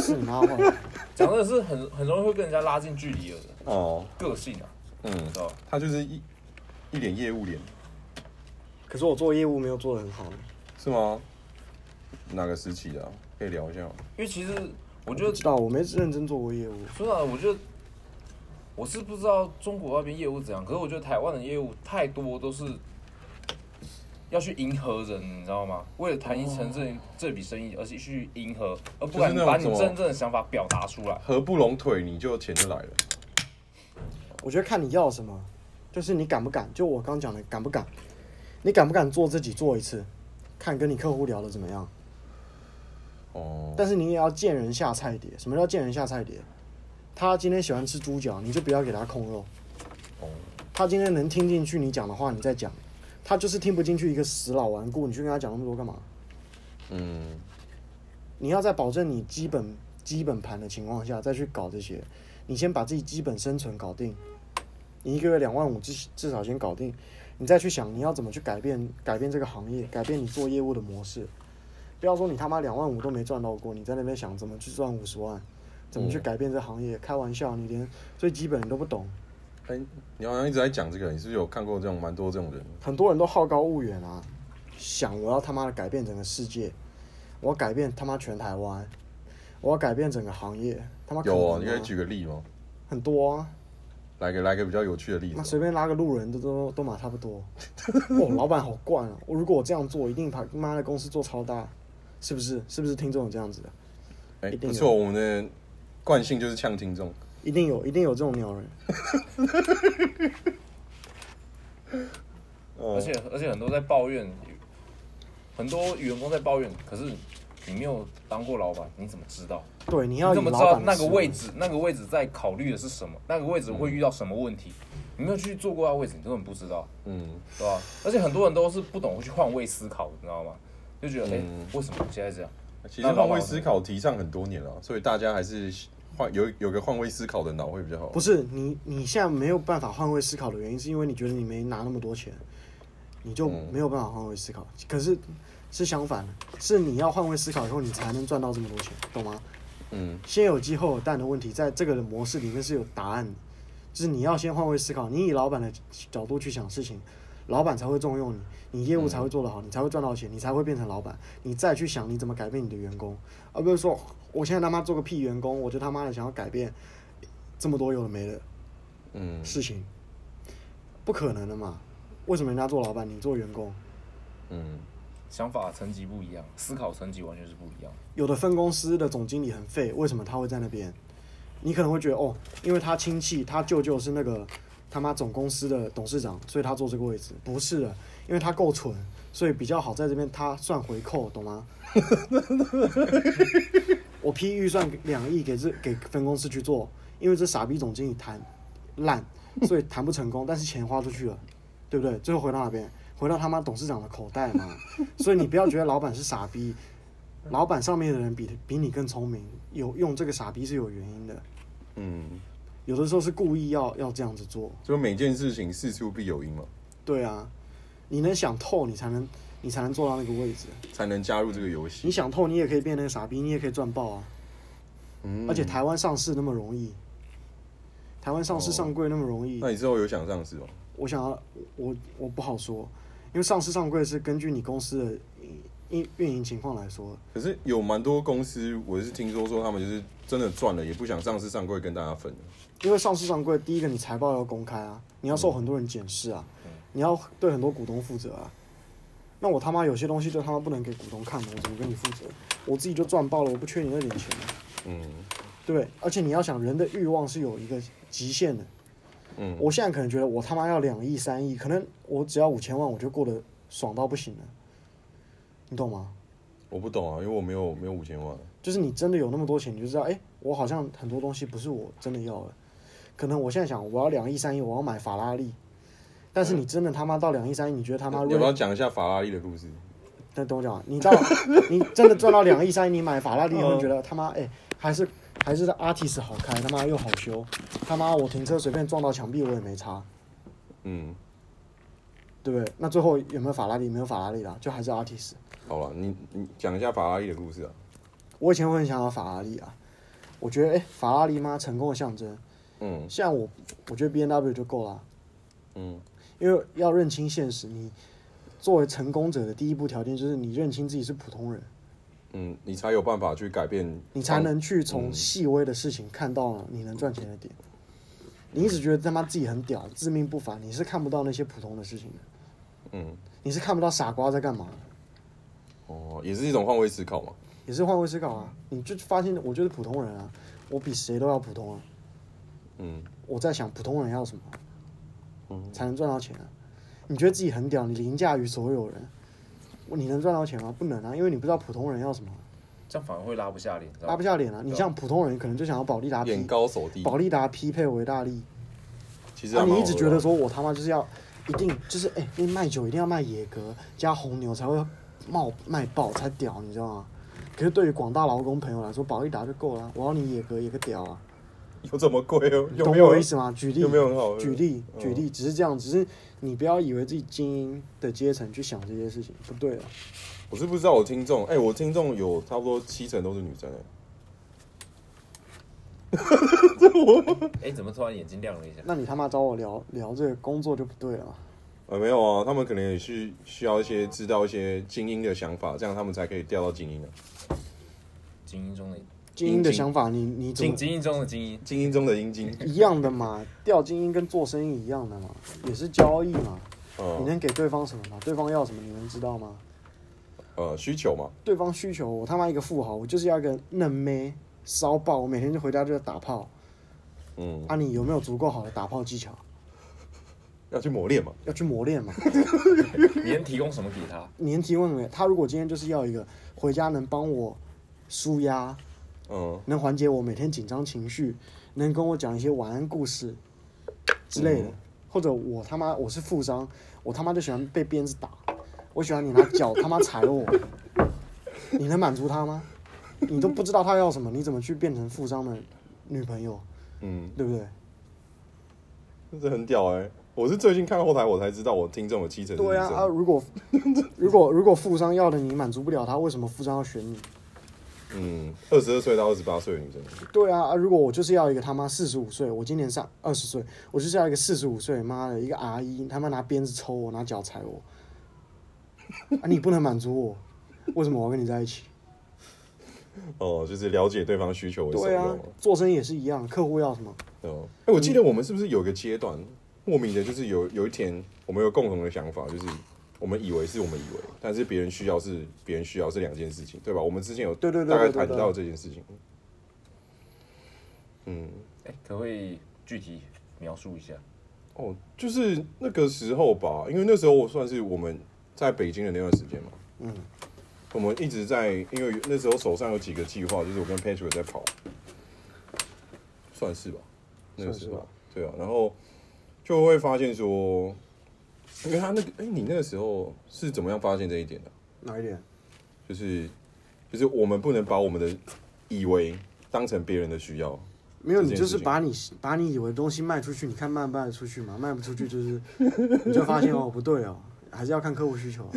[SPEAKER 2] 是你妈问的，
[SPEAKER 3] 讲真的是很很容易会跟人家拉近距离的人，
[SPEAKER 1] 哦，
[SPEAKER 3] 个性啊，
[SPEAKER 1] 嗯
[SPEAKER 3] 你，知道吧？
[SPEAKER 1] 他就是一一脸业务脸，
[SPEAKER 2] 可是我做业务没有做的很好呢。
[SPEAKER 1] 是吗？哪个时期的啊、可以聊一下吗？
[SPEAKER 3] 因为其实我觉
[SPEAKER 2] 不
[SPEAKER 3] 得
[SPEAKER 2] 知道，我没认真做过业务。
[SPEAKER 3] 说到底，我觉得我是不知道中国那边业务怎样，可是我觉得台湾的业务太多都是要去迎合人，你知道吗？为了谈一成这这笔生意，而是去迎合，而不敢
[SPEAKER 1] 就是那种
[SPEAKER 3] 把你
[SPEAKER 1] 什么
[SPEAKER 3] 真正的想法表达出来。
[SPEAKER 1] 合不拢腿，你就钱就来了。
[SPEAKER 2] 我觉得看你要什么，就是你敢不敢，就我刚讲的敢不敢，你敢不敢做自己做一次，看跟你客户聊的怎么样。
[SPEAKER 1] 哦，
[SPEAKER 2] 但是你也要见人下菜碟。什么叫见人下菜碟？他今天喜欢吃猪脚，你就不要给他控肉。
[SPEAKER 1] 哦，
[SPEAKER 2] 他今天能听进去你讲的话，你再讲；他就是听不进去一个死老顽固，你去跟他讲那么多干嘛？
[SPEAKER 1] 嗯，
[SPEAKER 2] 你要在保证你基本基本盘的情况下再去搞这些，你先把自己基本生存搞定，你一个月两万五至至少先搞定，你再去想你要怎么去改变改变这个行业，改变你做业务的模式。不要说你他妈两万五都没赚到过，你在那边想怎么去赚五十万，怎么去
[SPEAKER 1] 嗯
[SPEAKER 2] 改变这行业？开玩笑，你连最基本你都不懂。
[SPEAKER 1] 哎、你好像一直在讲这个，你是不是有看过这种蛮多这种人？
[SPEAKER 2] 很多人都好高骛远啊，想我要他妈的改变整个世界，我要改变他妈全台湾，我要改变整个行业，他妈可
[SPEAKER 1] 有哦，
[SPEAKER 2] 能啊
[SPEAKER 1] 你
[SPEAKER 2] 吗
[SPEAKER 1] 可以举个例吗？
[SPEAKER 2] 很多啊，
[SPEAKER 1] 来个来个比较有趣的例
[SPEAKER 2] 那
[SPEAKER 1] 子
[SPEAKER 2] 随便拉个路人都都都买差 不多。哇，老板好惯啊！我如果我这样做，一定把妈的公司做超大，是不是？是不是听众有这样子的？
[SPEAKER 1] 哦。哎、
[SPEAKER 2] 一定
[SPEAKER 1] 不
[SPEAKER 2] 有
[SPEAKER 1] 错，我们的惯性就是呛听众。
[SPEAKER 2] 一定有，一定有这种鸟人。
[SPEAKER 1] 哦
[SPEAKER 3] 而且而且很多在抱怨，很多员工在抱怨，可是你没有当过老板，你怎么知道？
[SPEAKER 2] 对，你
[SPEAKER 3] 你
[SPEAKER 2] 要以
[SPEAKER 3] 怎么知
[SPEAKER 2] 老
[SPEAKER 3] 道
[SPEAKER 2] 板的
[SPEAKER 3] 那个
[SPEAKER 2] 思维
[SPEAKER 3] 位置那个位置在考虑的是什么？那个位置会遇到什么问题？你没有去做过那个位置，你根本不知道，
[SPEAKER 1] 嗯，
[SPEAKER 3] 对吧？而且很多人都是不懂去换位思考，你知道吗？就觉得哎、
[SPEAKER 1] 嗯
[SPEAKER 3] 为什么我现在这样？
[SPEAKER 1] 其实换位思考提倡很多年了，所以大家还是换有有个换位思考的脑会比较好。
[SPEAKER 2] 不是你，你现在没有办法换位思考的原因，是因为你觉得你没拿那么多钱，你就
[SPEAKER 1] 嗯
[SPEAKER 2] 没有办法换位思考。可是是相反的，是你要换位思考以后，你才能赚到这么多钱，懂吗？
[SPEAKER 1] 嗯
[SPEAKER 2] 先有鸡后有蛋的问题，在这个的模式里面是有答案的，就是你要先换位思考，你以老板的角度去想事情，老板才会重用你，你业务才会做得好，你才会赚到钱，你才会变成老板，你再去想你怎么改变你的员工，而不是说我现在他妈做个屁员工，我就他妈的想要改变这么多有的没的。
[SPEAKER 1] 嗯，
[SPEAKER 2] 事情，不可能的嘛？为什么人家做老板，你做员工？
[SPEAKER 1] 嗯
[SPEAKER 3] 想法层级不一样，思考层级完全是不一样。
[SPEAKER 2] 有的分公司的总经理很废，为什么他会在那边？你可能会觉得哦，因为他亲戚，他舅舅是那个他妈总公司的董事长，所以他坐这个位置。不是的，因为他够蠢，所以比较好在这边他算回扣，懂吗？ 我批预算两亿给这给分公司去做，因为这傻逼总经理谈烂，所以谈不成功，但是钱花出去了，对不对？最后回到哪边？回到他妈董事长的口袋嘛。所以你不要觉得老板是傻逼，老板上面的人比比你更聪明，有用这个傻逼是有原因的，
[SPEAKER 1] 嗯，
[SPEAKER 2] 有的时候是故意要要这样子做。
[SPEAKER 1] 就每件事情事出必有因嘛，
[SPEAKER 2] 对啊，你能想透，你才能你才能坐到那个位置。
[SPEAKER 1] 才能加入这个游戏。
[SPEAKER 2] 你想透，你也可以变那个傻逼，你也可以赚爆啊！
[SPEAKER 1] 嗯，
[SPEAKER 2] 而且台湾上市那么容易，台湾上市上柜那么容易，
[SPEAKER 1] 那你之后有想上市吗？
[SPEAKER 2] 我想要我我不好说，因为上市上柜是根据你公司的运运运营情况来说，
[SPEAKER 1] 可是有蛮多公司，我是听说说他们就是真的赚了，也不想上市上柜跟大家分。
[SPEAKER 2] 因为上市上柜，第一个你财报要公开啊，你要受很多人检视啊，你要对很多股东负责啊。那我他妈有些东西就他妈不能给股东看的，我怎么跟你负责？我自己就赚爆了，我不缺你那点钱啊、
[SPEAKER 1] 嗯
[SPEAKER 2] 对不对？而且你要想，人的欲望是有一个极限的。
[SPEAKER 1] 嗯，
[SPEAKER 2] 我现在可能觉得我他妈要两亿、三亿，可能我只要五千万我就过得爽到不行了，你懂吗？
[SPEAKER 1] 我不懂啊，因为我没有没有五千万。
[SPEAKER 2] 就是你真的有那么多钱，你就知道，哎、我好像很多东西不是我真的要的。可能我现在想，我要两亿、三亿，我要买法拉利。但是你真的他妈到两亿、三亿，你觉得他妈
[SPEAKER 1] 要不要
[SPEAKER 2] 瑞？
[SPEAKER 1] 讲一下法拉利的故事？
[SPEAKER 2] 等等我讲完，你知道，你真的赚到两亿、三亿，你买法拉利，你会觉得他妈哎、还是还是 artist 好开，他妈又好修，他妈我停车随便撞到墙壁我也没差，
[SPEAKER 1] 嗯，
[SPEAKER 2] 对不对？那最后有没有法拉利？没有法拉利啦，就还是 artist。
[SPEAKER 1] 好了，你你讲一下法拉利的故事啊。
[SPEAKER 2] 我以前会很想要法拉利啊，我觉得哎、法拉利妈成功的象征。
[SPEAKER 1] 嗯
[SPEAKER 2] 像我，我觉得 B N W 就够了啊、
[SPEAKER 1] 嗯
[SPEAKER 2] 因为要认清现实，你作为成功者的第一步条件就是你认清自己是普通人，
[SPEAKER 1] 嗯，你才有办法去改变，
[SPEAKER 2] 你才能去从细微的事情看到你能赚钱的点。你一直觉得他妈自己很屌，自命不凡，你是看不到那些普通的事情的，
[SPEAKER 1] 嗯
[SPEAKER 2] 你是看不到傻瓜在干嘛的，
[SPEAKER 1] 哦，也是一种换位思考嘛。
[SPEAKER 2] 也是换位思考啊。你就发现我就是普通人啊，我比谁都要普通啊。
[SPEAKER 1] 嗯
[SPEAKER 2] 我在想普通人要什么
[SPEAKER 1] 嗯，
[SPEAKER 2] 才能赚到钱啊？你觉得自己很屌，你凌驾于所有人，你能赚到钱吗？不能啊，因为你不知道普通人要什么啊。
[SPEAKER 3] 这样反而会拉不下脸，你知道吗
[SPEAKER 2] 拉不下脸啊！你像普通人，可能就想要保利达
[SPEAKER 1] 眼
[SPEAKER 2] 匹，
[SPEAKER 1] 高手低，
[SPEAKER 2] 啊保利达匹配维大利，
[SPEAKER 1] 其实
[SPEAKER 2] 啊，
[SPEAKER 1] 还蛮
[SPEAKER 2] 你
[SPEAKER 1] 好
[SPEAKER 2] 一
[SPEAKER 1] 的
[SPEAKER 2] 直觉得说我他妈就是要一定就是哎、因为卖酒一定要卖野格加红牛才会冒卖爆才屌，你知道吗？可是对于广大劳工朋友来说，保利达就够了啊。我要你野格也个屌啊，
[SPEAKER 1] 有这么贵哦？
[SPEAKER 2] 你
[SPEAKER 1] 有
[SPEAKER 2] 懂
[SPEAKER 1] 没有
[SPEAKER 2] 我意思吗？举例
[SPEAKER 1] 有没有很好？
[SPEAKER 2] 举例
[SPEAKER 1] 嗯
[SPEAKER 2] 举例，只是这样，只是你不要以为自己精英的阶层去想这些事情，不对啊。
[SPEAKER 1] 我是不知道我听众，哎、我听众有差不多七成都是女生哎、
[SPEAKER 3] 哎、怎么突然眼睛亮了一下？
[SPEAKER 2] 那你他妈找我聊聊这个工作就不对了嘛。
[SPEAKER 1] 呃，没有啊，他们可能也是需要一些知道一些精英的想法，这样他们才可以调到精英的、啊
[SPEAKER 3] 精英中的
[SPEAKER 2] 精英的想法，你你怎
[SPEAKER 3] 精
[SPEAKER 2] 么
[SPEAKER 3] 精英中的精英，
[SPEAKER 1] 精英中的英 精。
[SPEAKER 2] 一样的嘛？钓精英跟做生意一样的嘛，也是交易嘛。你
[SPEAKER 1] 呃
[SPEAKER 2] 能给对方什么嘛？对方要什么，你能知道吗？
[SPEAKER 1] 呃，需求嘛，
[SPEAKER 2] 对方需求，我他妈一个富豪，我就是要一个嫩妹骚爆，我每天就回家就打炮。
[SPEAKER 1] 嗯，
[SPEAKER 2] 啊，你有没有足够好的打炮技巧？
[SPEAKER 1] 要去磨练嘛。
[SPEAKER 2] 要去磨练嘛。
[SPEAKER 3] 你能提供什么给他？
[SPEAKER 2] 你能提问什么？他如果今天就是要一个回家能帮我舒压，
[SPEAKER 1] 嗯，
[SPEAKER 2] 能缓解我每天紧张情绪，能跟我讲一些晚安故事之类的，或者我他妈我是富商，我他妈就喜欢被鞭子打，我喜欢你拿脚他妈踩我，你能满足他吗？你都不知道他要什么，你怎么去变成富商的女朋友，
[SPEAKER 1] 嗯，
[SPEAKER 2] 对不对？
[SPEAKER 1] 这很屌哎、我是最近看后台，我才知道我听众有七成是女
[SPEAKER 2] 对啊，啊，
[SPEAKER 1] 生。
[SPEAKER 2] 如果 如果如果富商要的你满足不了他，为什么富商要选你？
[SPEAKER 1] 嗯，二十二岁到二十八岁的女生，
[SPEAKER 2] 对啊，啊如果我就是要一个他妈四十五岁，我今年上二十岁，我就是要一个四十五岁，妈的一个阿姨，他妈拿鞭子抽我，拿脚踩我，啊，你不能满足我，为什么我要跟你在 一起？
[SPEAKER 1] 哦，就是了解对方需求为什
[SPEAKER 2] 对啊
[SPEAKER 1] 么。，
[SPEAKER 2] 做生意也是一样，客户要什么，
[SPEAKER 1] 哦，哎、我记得我们是不是有一个阶段，莫名的，就是 有有一天，我们有共同的想法，就是我们以为是我们以为，但是别人需要是别人需要是两件事情，对吧？我们之前有
[SPEAKER 2] 对对对
[SPEAKER 1] 大概
[SPEAKER 2] 对对
[SPEAKER 1] 谈
[SPEAKER 2] 对
[SPEAKER 1] 到这件事情。嗯，
[SPEAKER 3] 哎、可不可以具体描述一下？
[SPEAKER 1] 哦，就是那个时候吧，因为那时候我算是我们在北京的那段时间嘛，
[SPEAKER 2] 嗯，
[SPEAKER 1] 我们一直在，因为那时候手上有几个计划，就是我跟 Patrick 在跑，算是吧，那个时
[SPEAKER 2] 算是
[SPEAKER 1] 候
[SPEAKER 2] 吧，
[SPEAKER 1] 对啊，然后就会发现说，因为他那个，哎、你那个时候是怎么样发现这一点的？
[SPEAKER 2] 哪一点？
[SPEAKER 1] 就是就是我们不能把我们的以为当成别人的需要，
[SPEAKER 2] 没有，
[SPEAKER 1] 这件
[SPEAKER 2] 你就是
[SPEAKER 1] 事情
[SPEAKER 2] 把你把你以为的东西卖出去，你看卖不卖得出去嘛？卖不出去就是你就发现哦不对哦，还是要看客户需求啊、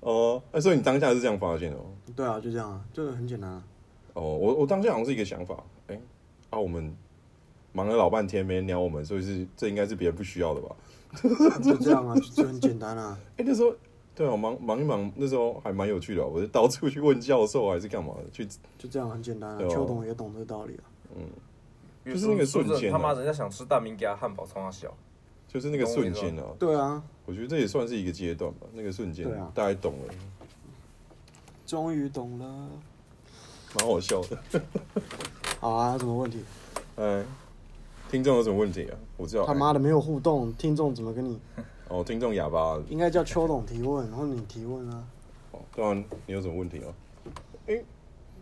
[SPEAKER 1] 哦、呃，所以你当下是这样发现哦、
[SPEAKER 2] 对啊，就这样啊，就是很简单啊。
[SPEAKER 1] 哦，我我当下好像是一个想法，哎、啊，我们忙了老半天没人鸟我们，所以是这应该是别人不需要的吧？
[SPEAKER 2] 就这样啊，就就很简单啊。
[SPEAKER 1] 哎、那时候对啊，忙忙一忙，那时候还蛮有趣的啊、我就到处去问教授啊还是干嘛的，去
[SPEAKER 2] 就这样很简单啊
[SPEAKER 1] 对。啊
[SPEAKER 2] 邱董也懂这道理啊。
[SPEAKER 1] 就是那个瞬间啊
[SPEAKER 3] 说真的他妈人家想吃大明家汉堡，冲他小。
[SPEAKER 1] 就是那个瞬间啊，
[SPEAKER 2] 对啊，
[SPEAKER 1] 我觉得这也算是一个阶段吧，那个瞬间、
[SPEAKER 2] 对啊
[SPEAKER 1] 大概懂了，
[SPEAKER 2] 终于懂了。
[SPEAKER 1] 蛮好笑的。
[SPEAKER 2] 好啊，有什么问题？
[SPEAKER 1] 哎，听众有什么问题啊？我知道
[SPEAKER 2] 他妈的没有互动，听众怎么跟你？
[SPEAKER 1] 哦，听众哑巴，
[SPEAKER 2] 应该叫邱董提问，然后你提问啊。
[SPEAKER 1] 哦对啊，你有什么问题啊？哎、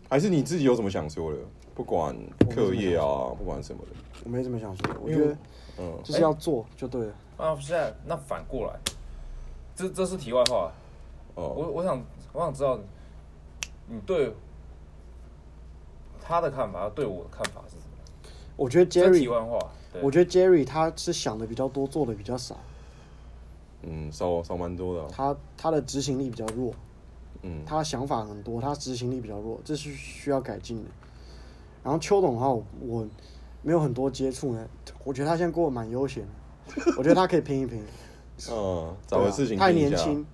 [SPEAKER 1] 还是你自己有什么想说的？不管课业啊，不管什么的，
[SPEAKER 2] 我没怎么想说，我
[SPEAKER 1] 因
[SPEAKER 2] 觉
[SPEAKER 1] 为
[SPEAKER 2] 得
[SPEAKER 1] 嗯，
[SPEAKER 2] 就是要做就对了。
[SPEAKER 3] 啊，不是啊，那反过来，这这是题外话。啊
[SPEAKER 1] 哦，
[SPEAKER 3] 我我想我想知道你对他的看法，对我的看法是什么？
[SPEAKER 2] 我觉得
[SPEAKER 3] 这是题
[SPEAKER 2] Jerry，
[SPEAKER 3] 外话。对
[SPEAKER 2] 我觉得 Jerry 他是想的比较多，做的比较少，
[SPEAKER 1] 嗯，少少蛮多的啊、
[SPEAKER 2] 他他的执行力比较弱，
[SPEAKER 1] 嗯，
[SPEAKER 2] 他想法很多，他执行力比较弱，这是需要改进的。然后邱董的话，我我没有很多接触呢，我觉得他现在过得蛮悠闲的， 我觉得他可以拼一拼。
[SPEAKER 1] 嗯，找个事情
[SPEAKER 2] 对啊太
[SPEAKER 1] 拼一
[SPEAKER 2] 年
[SPEAKER 1] 下，
[SPEAKER 2] 轻，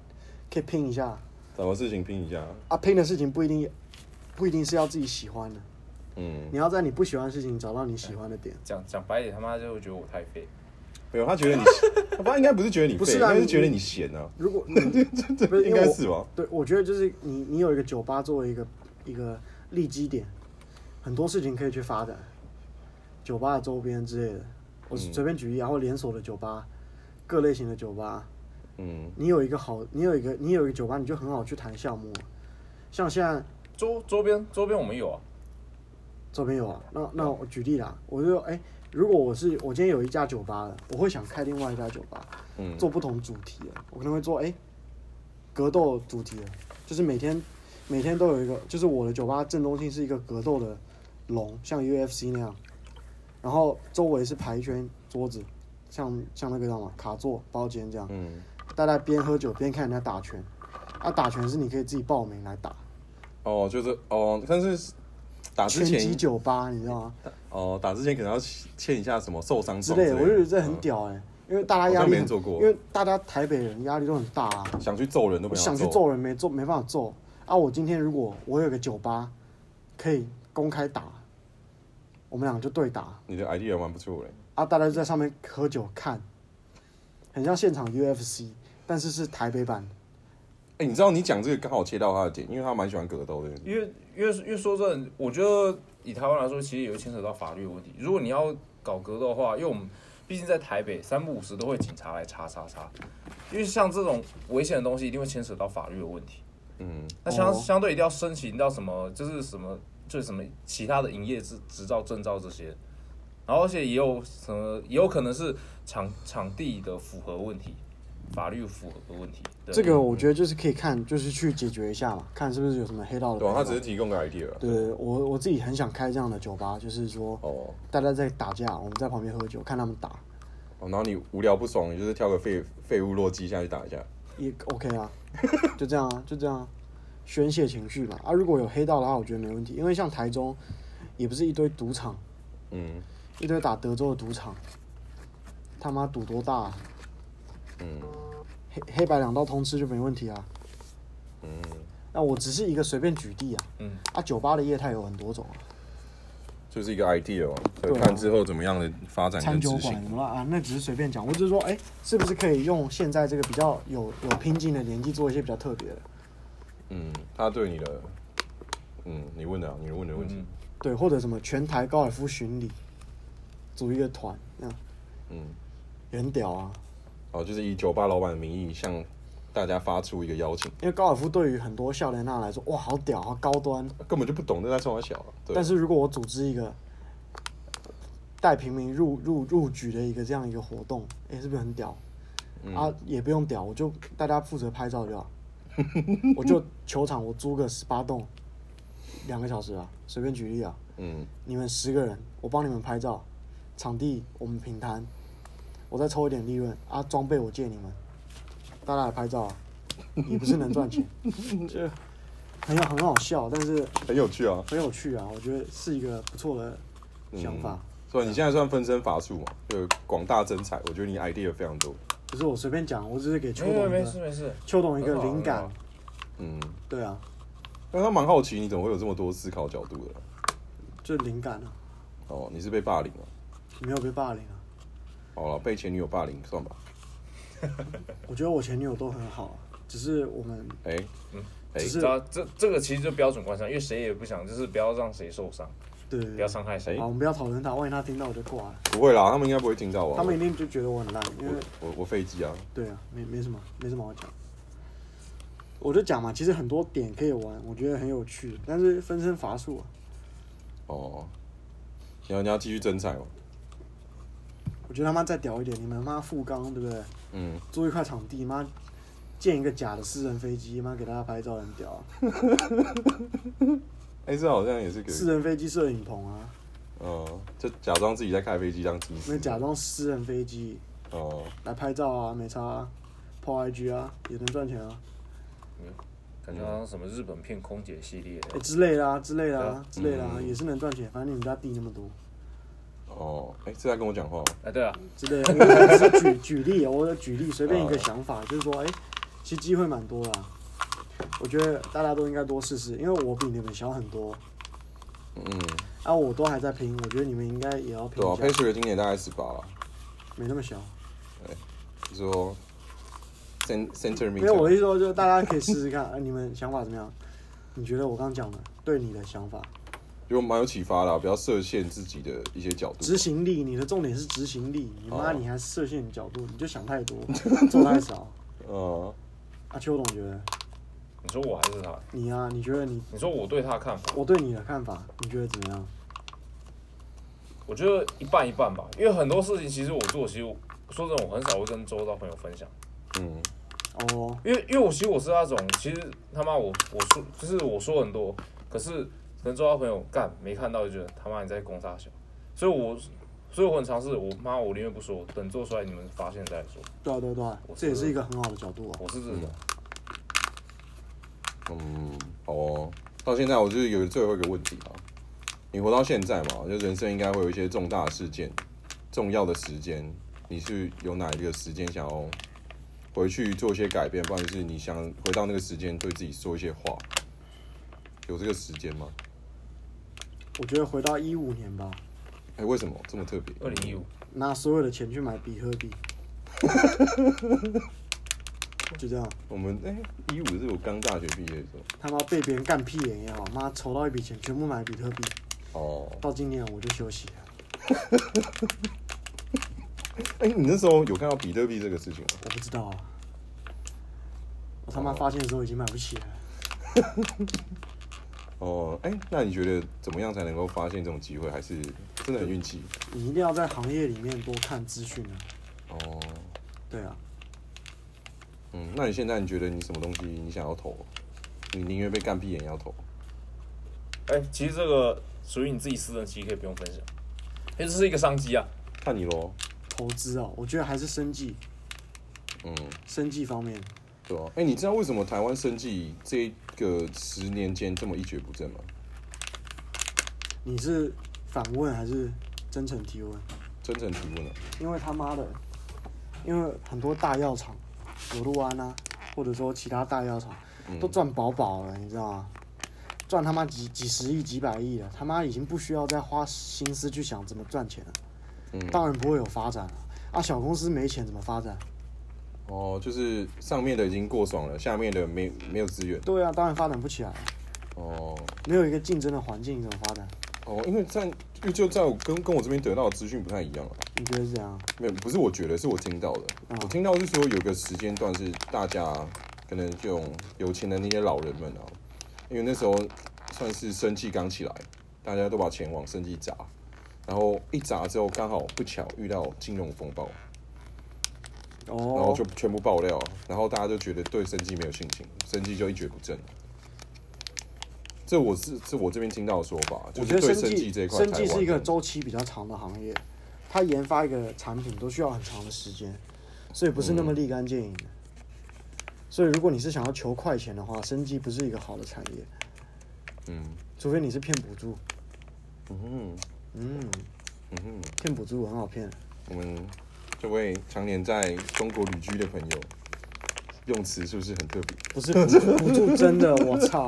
[SPEAKER 2] 可以拼一下
[SPEAKER 1] 找个事情拼一下，
[SPEAKER 2] 啊！拼的事情不一定不一定是要自己喜欢的，
[SPEAKER 1] 嗯，哎
[SPEAKER 2] 你要在你不喜欢的事情找到你喜欢的点。
[SPEAKER 3] 讲讲白一点，他妈就会觉得我太废。
[SPEAKER 1] 没有，他觉得 你，他应该不是觉得你
[SPEAKER 2] 不
[SPEAKER 1] 废，
[SPEAKER 2] 是
[SPEAKER 1] 应
[SPEAKER 2] 啊
[SPEAKER 1] 该是
[SPEAKER 2] 你
[SPEAKER 1] 觉得你闲啊，
[SPEAKER 2] 如果你
[SPEAKER 1] 这
[SPEAKER 2] 不是
[SPEAKER 1] 应
[SPEAKER 2] 因为
[SPEAKER 1] 该
[SPEAKER 2] 我
[SPEAKER 1] 是吧？
[SPEAKER 2] 对我觉得就是你你有一个酒吧作为一个一个立基点，很多事情可以去发展，酒吧的周边之类的，我
[SPEAKER 1] 嗯
[SPEAKER 2] 随便举例啊，然后连锁的酒吧，各类型的酒吧，
[SPEAKER 1] 嗯，
[SPEAKER 2] 你有一个好，你有一个你有一个酒吧，你就很好去谈项目，像现在。
[SPEAKER 3] 周周边周边我们有啊，
[SPEAKER 2] 周边有啊。那那我举例啦，我就哎、如果我是我今天有一家酒吧了，我会想开另外一家酒吧，
[SPEAKER 1] 嗯
[SPEAKER 2] 做不同主题的，我可能会做哎、格斗主题的，就是每天每天都有一个，就是我的酒吧正中心是一个格斗的笼，像 UFC 那样，然后周围是排一圈桌子，像像那个叫什么卡座包间这样，
[SPEAKER 1] 嗯，
[SPEAKER 2] 大家边喝酒边看人家打拳，啊，打拳是你可以自己报名来打，
[SPEAKER 1] 哦，就是哦，但是打啊之
[SPEAKER 2] 拳
[SPEAKER 1] 前
[SPEAKER 2] 击酒吧你知道吗？
[SPEAKER 1] 哦，打之前可能要签一下什么受伤
[SPEAKER 2] 之
[SPEAKER 1] 状
[SPEAKER 2] 类的，我就觉得这很
[SPEAKER 1] 嗯
[SPEAKER 2] 屌哎、因为大家
[SPEAKER 1] 好
[SPEAKER 2] 压
[SPEAKER 1] 像
[SPEAKER 2] 力
[SPEAKER 1] 没
[SPEAKER 2] 很
[SPEAKER 1] 人，做过
[SPEAKER 2] 因为大家台北人压力都很大啊。
[SPEAKER 1] 嗯想去揍人都
[SPEAKER 2] 我
[SPEAKER 1] 不
[SPEAKER 2] 想去揍人没揍没办法揍啊！我今天如果我有个酒吧可以公开打，我们俩就对打
[SPEAKER 1] 你的 idea 蛮不错嘞，
[SPEAKER 2] 啊！大家就在上面喝酒看，很像现场 UFC，但是是台北版。
[SPEAKER 1] 哎、你知道你讲这个刚好切到他的点，因为他蛮喜欢格斗的。
[SPEAKER 3] 因为因为因为说真的，我觉得以台湾来说，其实也会牵扯到法律的问题。如果你要搞格斗的话，因为我们毕竟在台北，三不五时都会警察来查查查。因为像这种危险的东西，一定会牵扯到法律的问题。
[SPEAKER 1] 嗯，
[SPEAKER 3] 那相、
[SPEAKER 2] 哦
[SPEAKER 3] 相对一定要申请到什么，就是什么，就是什么其他的营业执执照、证照这些。然后而且也有什么，也有可能是场场地的符合问题，法律符合的问题。对
[SPEAKER 2] 这个
[SPEAKER 1] 嗯
[SPEAKER 2] 我觉得就是可以看，就是去解决一下嘛，看是不是有什么黑道的
[SPEAKER 1] 对、
[SPEAKER 2] 陪
[SPEAKER 1] 啊，
[SPEAKER 2] 伴。
[SPEAKER 1] 他只是提供个 idea。
[SPEAKER 2] 对我我自己很想开这样的酒吧，就是说
[SPEAKER 1] 哦
[SPEAKER 2] 大家在打架，我们在旁边喝酒看他们打
[SPEAKER 1] 哦，然后你无聊不爽，你就是挑个废废物洛基下去打一下。
[SPEAKER 2] 也 OK 啊，就这样啊，就这样、啊，宣泄情绪嘛。啊，如果有黑道的话，我觉得没问题，因为像台中也不是一堆赌场，
[SPEAKER 1] 嗯
[SPEAKER 2] 一堆打德州的赌场，他妈赌多大、啊，
[SPEAKER 1] 嗯
[SPEAKER 2] 黑黑白两道通吃就没问题啊。
[SPEAKER 1] 嗯，
[SPEAKER 2] 那我只是一个随便举例啊，
[SPEAKER 3] 嗯，
[SPEAKER 2] 啊，酒吧的业态有很多种啊，
[SPEAKER 1] 就是一个 idea 嘛，
[SPEAKER 2] 对啊
[SPEAKER 1] 看之后怎么样的发展
[SPEAKER 2] 餐
[SPEAKER 1] 跟
[SPEAKER 2] 酒
[SPEAKER 1] 执
[SPEAKER 2] 馆
[SPEAKER 1] 行
[SPEAKER 2] 什。么啊，那只是随便讲，我只是说，哎、是不是可以用现在这个比较有有拼劲的年纪做一些比较特别的？
[SPEAKER 1] 嗯，他对你的，嗯，你问的、啊，你问的问题，
[SPEAKER 2] 对，或者什么全台高尔夫巡礼，组一个团，嗯，
[SPEAKER 1] 嗯，
[SPEAKER 2] 也很屌啊。
[SPEAKER 1] 哦，就是以酒吧老板的名义向大家发出一个邀请，
[SPEAKER 2] 因为高尔夫对于很多笑莲娜来说，哇，好屌，好高端。
[SPEAKER 1] 根本就不懂这在冲他小、啊，对，
[SPEAKER 2] 但是如果我组织一个带平民入入入局的一个这样一个活动，哎、是不是很屌？
[SPEAKER 1] 嗯
[SPEAKER 2] 啊，也不用屌，我就大家负责拍照就好。我就球场我租个十八栋，两个小时啊，随便举例啊，
[SPEAKER 1] 嗯
[SPEAKER 2] 你们十个人，我帮你们拍照，场地我们平摊，我再抽一点利润啊，装备我借你们，大家来拍照、啊，也不是能赚 钱，这
[SPEAKER 3] 啊
[SPEAKER 2] 很有很好笑，但是
[SPEAKER 1] 很有趣啊，
[SPEAKER 2] 很有趣啊，我觉得是一个不错的
[SPEAKER 1] 嗯
[SPEAKER 2] 想法。
[SPEAKER 1] 所以你现在算分身乏术嘛，就广大真才，我觉得你 idea 非常多，
[SPEAKER 2] 不是我随便讲，我只是给秋
[SPEAKER 3] 没有
[SPEAKER 2] 董一
[SPEAKER 3] 没事
[SPEAKER 2] 个
[SPEAKER 3] 没事，
[SPEAKER 2] 秋董一个
[SPEAKER 3] 很好
[SPEAKER 2] 灵感
[SPEAKER 3] 很好，
[SPEAKER 1] 嗯，
[SPEAKER 2] 对啊，
[SPEAKER 1] 但他蛮好奇你怎么会有这么多思考角度的，
[SPEAKER 2] 就灵感啊，
[SPEAKER 1] 哦，你是被霸凌了，
[SPEAKER 2] 没有被霸凌啊，
[SPEAKER 1] 好了，被前女友霸凌算吧，
[SPEAKER 2] 我觉得我前女友都很好啊，只是我们
[SPEAKER 1] 哎、哎
[SPEAKER 2] 只
[SPEAKER 3] 知
[SPEAKER 2] 是
[SPEAKER 3] 道这这个其实就标准观察，因为谁也不想就是不要让谁受伤，
[SPEAKER 2] 对对哎
[SPEAKER 3] 不要
[SPEAKER 2] 对。
[SPEAKER 3] 伤害哎谁
[SPEAKER 2] 好，。我们不要讨论他，万一他听到我就挂了，
[SPEAKER 1] 不会啦，他们应该不会听到我，
[SPEAKER 2] 他们一定就觉得我很烂，因为
[SPEAKER 1] 我我我飞机啊，
[SPEAKER 2] 对啊，没没什么，没什么好讲。我就讲嘛，其实很多点可以玩，我觉得很有趣，但是分身乏术、啊，
[SPEAKER 1] 哦，你要你要继续真才哦，
[SPEAKER 2] 我觉得他妈再屌一点，你们妈富冈对不对？
[SPEAKER 1] 嗯，
[SPEAKER 2] 租一块场地，妈建一个假的私人飞机，妈给大家拍照很屌、啊，
[SPEAKER 1] 哎、这好像也是个，
[SPEAKER 2] 私人飞机摄影棚啊，
[SPEAKER 1] 嗯，就假装自己在开飞机当机
[SPEAKER 2] 那
[SPEAKER 1] 师，
[SPEAKER 2] 假装私人飞机
[SPEAKER 1] 哦，
[SPEAKER 2] 来拍照啊，没差啊，抛 IG 啊，也能赚钱啊，
[SPEAKER 3] 感觉好像什么日本骗空姐系列的
[SPEAKER 2] 哎、之类的啊，之类的啊，之
[SPEAKER 1] 对啊
[SPEAKER 2] 类的啊，
[SPEAKER 1] 嗯
[SPEAKER 2] 也是能赚钱，反正你们家地那么多。
[SPEAKER 1] 哦，哎、是在跟我讲话吗？
[SPEAKER 3] 哎，对啊，
[SPEAKER 2] 之类的，我只是举 举例，我的举例随便一个
[SPEAKER 1] 啊
[SPEAKER 2] 想法，就是说，哎、其实机会蛮多的啊、我觉得大家都应该多试试，因为我比你们小很多，
[SPEAKER 1] 嗯，
[SPEAKER 2] 啊，我都还在拼，我觉得你们应该也要拼
[SPEAKER 1] 对啊
[SPEAKER 2] 一下，
[SPEAKER 1] ，Patrick 今年大概十八了，
[SPEAKER 2] 没那么小。
[SPEAKER 1] 你说 cen- center
[SPEAKER 2] 没有，我的
[SPEAKER 1] meter，
[SPEAKER 2] 意思说，就是大家可以试试看，啊，你们想法怎么样？你觉得我刚刚讲的对你的想法，
[SPEAKER 1] 就蛮有启发啦，不要设限自己的一些角度，
[SPEAKER 2] 执行力，你的重点是执行力，你妈
[SPEAKER 1] 哦
[SPEAKER 2] 你还设限角度，你就想太多，做太少。
[SPEAKER 1] 呃，
[SPEAKER 2] 啊，秋董觉得
[SPEAKER 3] 你说我还是他？
[SPEAKER 2] 你啊，你觉得你
[SPEAKER 3] 你说我对他的看法，
[SPEAKER 2] 我对你的看法，你觉得怎么样？
[SPEAKER 3] 我觉得一半一半吧，因为很多事情其实我做，其实我说真的，我很少会跟周遭朋友分享。
[SPEAKER 1] 嗯，
[SPEAKER 2] 哦，
[SPEAKER 3] 因为因为我其实我是那种，其实他妈我我说就是我说很多，可是可能周遭朋友干没看到就觉得他妈你在攻杀小，所以我所以我很尝试，我妈我宁愿不说，等做出来你们发现再说，
[SPEAKER 2] 对啊对啊对啊，这也是一个很好的角度啊。
[SPEAKER 3] 我是这种。
[SPEAKER 1] 嗯，好哦。到现在我就是有最后一个问题啊，你活到现在嘛，就人生应该会有一些重大事件、重要的时间，你是有哪一个时间想要回去做一些改变，或者是你想回到那个时间对自己说一些话？有这个时间吗？
[SPEAKER 2] 我觉得回到一五年吧，
[SPEAKER 1] 哎、为什么这么特别？
[SPEAKER 3] 二零一五，
[SPEAKER 2] 拿所有的钱去买比特币，就这样，
[SPEAKER 1] 我们哎，一、五是我刚大学毕业的时
[SPEAKER 2] 他妈被别人干屁眼也好，妈筹到一笔钱全部买比特币，
[SPEAKER 1] 候。哦，
[SPEAKER 2] 到今年我就休息了。
[SPEAKER 1] 哎、你那时候有看到比特币这个事情吗？
[SPEAKER 2] 我不知道啊，我他妈发现的时候已经买不起了。
[SPEAKER 1] 哦，哎、那你觉得怎么样才能够发现这种机会？还是真的很运气？
[SPEAKER 2] 你一定要在行业里面多看资讯啊。
[SPEAKER 1] 哦，
[SPEAKER 2] 对啊，
[SPEAKER 1] 嗯，那你现在你觉得你什么东西你想要投？你宁愿被干屁眼也要投？
[SPEAKER 3] 哎、其实这个属于你自己私人，其实可以不用分享，哎、这是一个商机啊，
[SPEAKER 1] 看你咯。
[SPEAKER 2] 投资哦，我觉得还是生计，
[SPEAKER 1] 嗯，
[SPEAKER 2] 生计方面，
[SPEAKER 1] 对啊。哎、你知道为什么台湾生计这个十年间这么一蹶不振吗？
[SPEAKER 2] 你是反问还是真诚提问？
[SPEAKER 1] 真诚提问啊，
[SPEAKER 2] 因为他妈的，因为很多大药厂，有路安啊，或者说其他大药厂
[SPEAKER 1] 嗯
[SPEAKER 2] 都赚饱饱了，你知道吗？赚他妈几几十亿、几百亿了，他妈已经不需要再花心思去想怎么赚钱了，
[SPEAKER 1] 嗯，
[SPEAKER 2] 当然不会有发展了。啊，小公司没钱怎么发展？
[SPEAKER 1] 哦，就是上面的已经过爽了，下面的没没有资源。
[SPEAKER 2] 对啊，当然发展不起来了，
[SPEAKER 1] 哦
[SPEAKER 2] 没有一个竞争的环境怎么发展？
[SPEAKER 1] 哦，因为在因为就在我跟跟我这边得到的资讯不太一样啊。
[SPEAKER 2] 你觉得是怎样？
[SPEAKER 1] 没有，不是我觉得，是我听到的。
[SPEAKER 2] 嗯
[SPEAKER 1] 我听到是说有个时间段是大家可能这种有钱的那些老人们啊，因为那时候算是生计刚起来，大家都把钱往生计砸，然后一砸之后刚好不巧遇到金融风暴，然后
[SPEAKER 2] 哦
[SPEAKER 1] 就，全部爆料，然后大家就觉得对生计没有信心，生计就一蹶不振。这我是这我这边听到的说法，就是
[SPEAKER 2] 我觉得
[SPEAKER 1] 对
[SPEAKER 2] 生
[SPEAKER 1] 生计这一块台
[SPEAKER 2] 生
[SPEAKER 1] 湾，
[SPEAKER 2] 计是一个周期比较长的行业，它研发一个产品都需要很长的时间，所以不是那
[SPEAKER 1] 嗯
[SPEAKER 2] 么立竿见影的。所以如果你是想要求快钱的话，生计不是一个好的产业，
[SPEAKER 1] 嗯
[SPEAKER 2] 除非你是骗补助。
[SPEAKER 1] 嗯哼
[SPEAKER 2] 嗯，
[SPEAKER 1] 嗯哼。
[SPEAKER 2] 骗补助很好骗，
[SPEAKER 1] 我们这位常年在中国旅居的朋友，用词是不是很特别？
[SPEAKER 2] 不是补助补助真的，我操！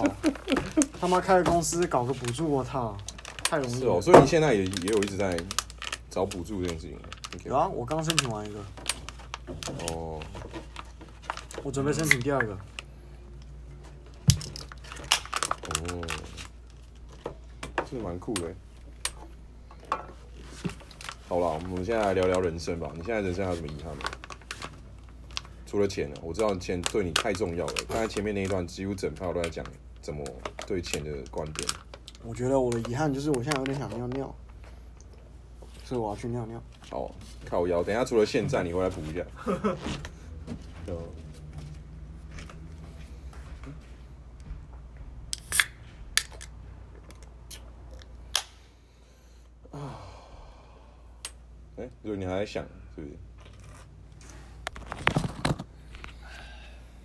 [SPEAKER 2] 他妈开个公司搞个补助，我操，太容易
[SPEAKER 1] 是
[SPEAKER 2] 了。
[SPEAKER 1] 哦，所以你现在也也有一直在找补助这件事情。OK
[SPEAKER 2] 有啊，我刚申请完一个，
[SPEAKER 1] 哦，
[SPEAKER 2] 我准备申请第二个。
[SPEAKER 1] 哦，这蛮酷的。好啦，我们现在来聊聊人生吧。你现在人生还有什么遗憾吗？除了钱呢？我知道钱对你太重要了。刚才前面那一段几乎整套都在讲怎么对钱的观点。
[SPEAKER 2] 我觉得我的遗憾就是我现在有点想尿尿，所以我要去尿尿。
[SPEAKER 1] 好，哦靠腰。等一下除了现在，你回来补一下。对啊哎、如果你还在想，是不是？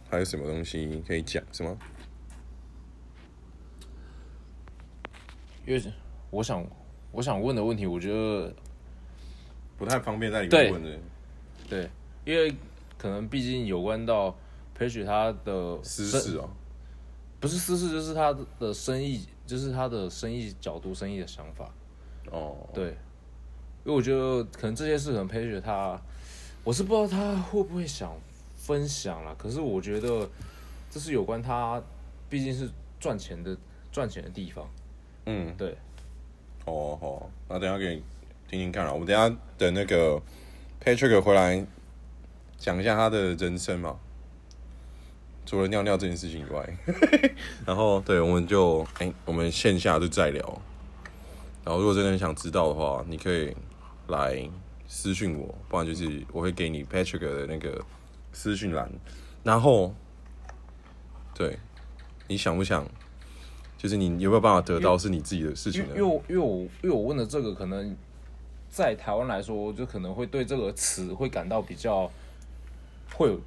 [SPEAKER 1] 还有什么东西可以讲是吗？
[SPEAKER 3] 因为我想我想问的问题，我觉得
[SPEAKER 1] 不太方便在里
[SPEAKER 3] 对
[SPEAKER 1] 面问的
[SPEAKER 3] 对，因为可能毕竟有关到 p a g e 他的
[SPEAKER 1] 私
[SPEAKER 3] 生
[SPEAKER 1] 事哦、
[SPEAKER 3] 不是私事，就是他的生意，就是他的生意角度、生意的想法。
[SPEAKER 1] 哦，
[SPEAKER 3] 对，因为我觉得可能这些事可能 p a g e 他，我是不知道他会不会想分享啦。可是我觉得这是有关他，毕竟是赚钱的赚钱的地方。
[SPEAKER 1] 嗯，
[SPEAKER 3] 对，
[SPEAKER 1] 哦好，那等一下给你听听看啊。我们等一下等那个 Patrick 回来讲一下他的人生嘛，除了尿尿这件事情以外， 然后对，我们就哎、我们线下就再聊。然后如果真的很想知道的话，你可以来私讯我，不然就是我会给你 Patrick 的那个私讯栏，然后，对，你想不想？就是你有没有办法得到是你自己的事情
[SPEAKER 3] 因为
[SPEAKER 1] 呢
[SPEAKER 3] 因为？我因为我因为我问的这个，可能在台湾来说，就可能会对这个词会感到比较会有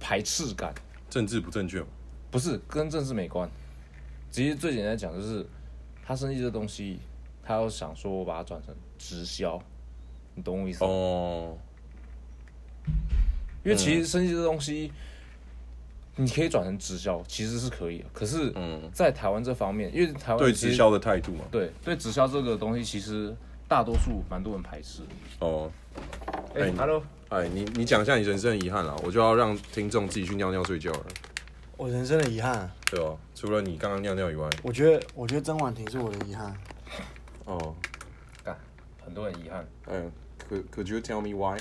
[SPEAKER 3] 排斥感，
[SPEAKER 1] 政治不正确嘛，
[SPEAKER 3] 不是跟政治没关。其实最简单讲就是，他生意这东西，他要想说我把它转成直销，你懂我意思吗？
[SPEAKER 1] 哦，
[SPEAKER 3] 因为其实生意这东西，你可以转成直销，其实是可以的。可是，
[SPEAKER 1] 嗯，
[SPEAKER 3] 在台湾这方面，因为台湾
[SPEAKER 1] 对
[SPEAKER 3] 其实
[SPEAKER 1] 直销的态度嘛，
[SPEAKER 3] 对对直销这个东西，其实大多数蛮多人排斥。
[SPEAKER 1] 哦，
[SPEAKER 3] 哎、
[SPEAKER 1] 哎
[SPEAKER 3] h e l l o
[SPEAKER 1] 哎，你你讲一下你人生的遗憾啦，我就要让听众自己去尿尿睡觉了，
[SPEAKER 2] 我人生的遗憾啊，
[SPEAKER 1] 对哦，除了你刚刚尿尿以外，
[SPEAKER 2] 我觉得我觉得曾婉婷是我的遗憾。
[SPEAKER 1] 哦，
[SPEAKER 3] 很多人遗憾，
[SPEAKER 1] 嗯，Could Could you tell me why？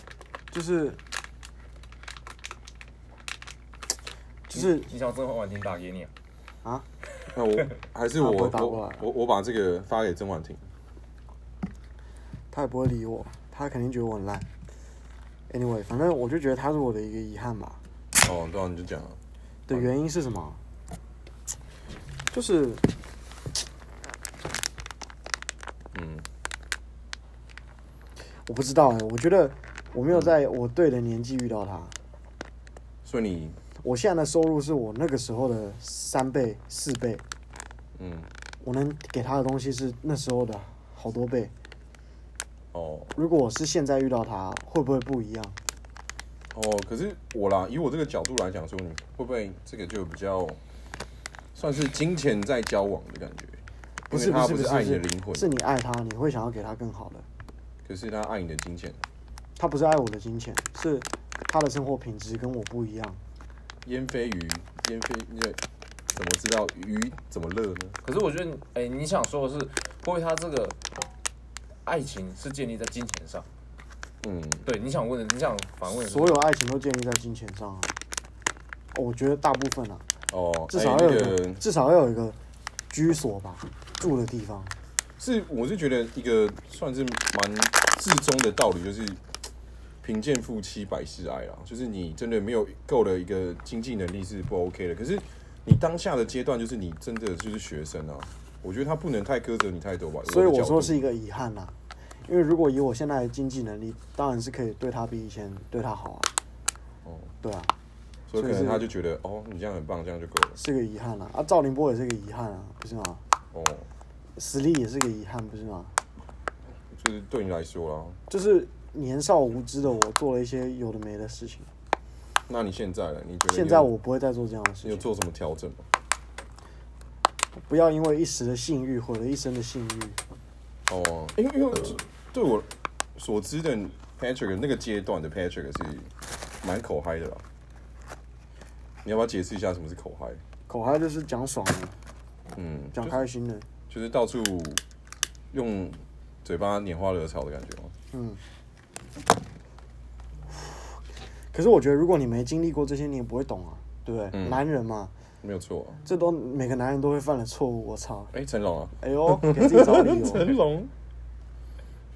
[SPEAKER 2] 就是就是
[SPEAKER 3] 你想这话婉婷打给你、啊，
[SPEAKER 1] 那 我还是
[SPEAKER 2] 他
[SPEAKER 1] 我
[SPEAKER 2] 不会打过
[SPEAKER 1] 我
[SPEAKER 2] 来
[SPEAKER 1] 我我把这个发给曾婉婷，
[SPEAKER 2] 他也不会理我，他肯定觉得我很烂。Anyway，反正我就觉得他是我的一个遗憾吧。
[SPEAKER 1] 哦，对啊，你就讲了，
[SPEAKER 2] 的原因是什么？就是
[SPEAKER 1] 嗯
[SPEAKER 2] 我不知道哎、我觉得我没有在我对的年纪遇到他。
[SPEAKER 1] 所以你，
[SPEAKER 2] 我现在的收入是我那个时候的三倍、四倍，
[SPEAKER 1] 嗯，
[SPEAKER 2] 我能给他的东西是那时候的好多倍。
[SPEAKER 1] 哦
[SPEAKER 2] 如果我是现在遇到他，会不会不一样？
[SPEAKER 1] 哦，可是我啦，以我这个角度来讲说，你会不会这个就比较算是金钱在交往的感觉？
[SPEAKER 2] 不
[SPEAKER 1] 因为
[SPEAKER 2] 是
[SPEAKER 1] 他
[SPEAKER 2] 是
[SPEAKER 1] 不
[SPEAKER 2] 不
[SPEAKER 1] 是
[SPEAKER 2] 是
[SPEAKER 1] 爱你的灵魂，
[SPEAKER 2] 是你爱他，你会想要给他更好的。
[SPEAKER 1] 可是他爱你的金钱，
[SPEAKER 2] 他不是爱我的金钱，是他的生活品质跟我不一样。
[SPEAKER 1] 烟飞鱼，烟飞那怎么知道鱼怎么乐呢？
[SPEAKER 3] 可是我觉得你，哎、你想说的是，会不会他这个爱情是建立在金钱上？
[SPEAKER 1] 嗯，
[SPEAKER 3] 对，你想问的，你想反问的是
[SPEAKER 2] 所有爱情都建立在金钱上啊。哦我觉得大部分啊，
[SPEAKER 1] 哦，
[SPEAKER 2] 至少
[SPEAKER 1] 哎
[SPEAKER 2] 要有
[SPEAKER 1] 那
[SPEAKER 2] 一个、
[SPEAKER 1] 个
[SPEAKER 2] 至少要有一个居所吧，住的地方。
[SPEAKER 1] 是，我是觉得一个算是蛮至中的道理，就是贫贱夫妻百事哀啦。就是你真的没有够的一个经济能力是不 OK 的，可是你当下的阶段就是你真的就是学生啊，我觉得他不能太苛责你太多吧。
[SPEAKER 2] 所以
[SPEAKER 1] 的
[SPEAKER 2] 我
[SPEAKER 1] 角
[SPEAKER 2] 说
[SPEAKER 1] 度
[SPEAKER 2] 是一个遗憾啦、因为如果以我现在的经济能力，当然是可以对他比以前对他好啊。
[SPEAKER 1] 哦，
[SPEAKER 2] 对啊，
[SPEAKER 1] 所以可
[SPEAKER 2] 所以
[SPEAKER 1] 能
[SPEAKER 2] 是
[SPEAKER 1] 他就觉得哦，你这样很棒，这样就够了。
[SPEAKER 2] 是个遗憾啦、啊。赵凌波也是个遗憾啊，不是吗？
[SPEAKER 1] 哦，
[SPEAKER 2] 实力也是个遗憾，不是吗？
[SPEAKER 1] 就是对你来说啦，
[SPEAKER 2] 就是年少无知的我做了一些有的没的事情。
[SPEAKER 1] 那你现在呢？你觉得你有
[SPEAKER 2] 现在我不会再做这样的
[SPEAKER 1] 你
[SPEAKER 2] 事
[SPEAKER 1] 有
[SPEAKER 2] 情。
[SPEAKER 1] 做什么调整吗？
[SPEAKER 2] 不要因为一时的性欲毁了一生的信誉。
[SPEAKER 1] 哦，因为因为对我所知的 Patrick 那个阶段的 Patrick 是蛮口嗨的啦。你要不要解释一下什么是口嗨？
[SPEAKER 2] 口嗨就是讲爽的，
[SPEAKER 1] 嗯，
[SPEAKER 2] 讲开心的。
[SPEAKER 1] 就是到处用嘴巴拈花惹草的感觉吗？
[SPEAKER 2] 嗯。可是我觉得，如果你没经历过这些，你也不会懂啊，对不对？
[SPEAKER 1] 嗯
[SPEAKER 2] 男人嘛，
[SPEAKER 1] 没有错啊。
[SPEAKER 2] 这都每个男人都会犯的错误。我操！
[SPEAKER 1] 哎、成龙啊，
[SPEAKER 2] 哎 呦，给自己找理由。
[SPEAKER 1] 成龙。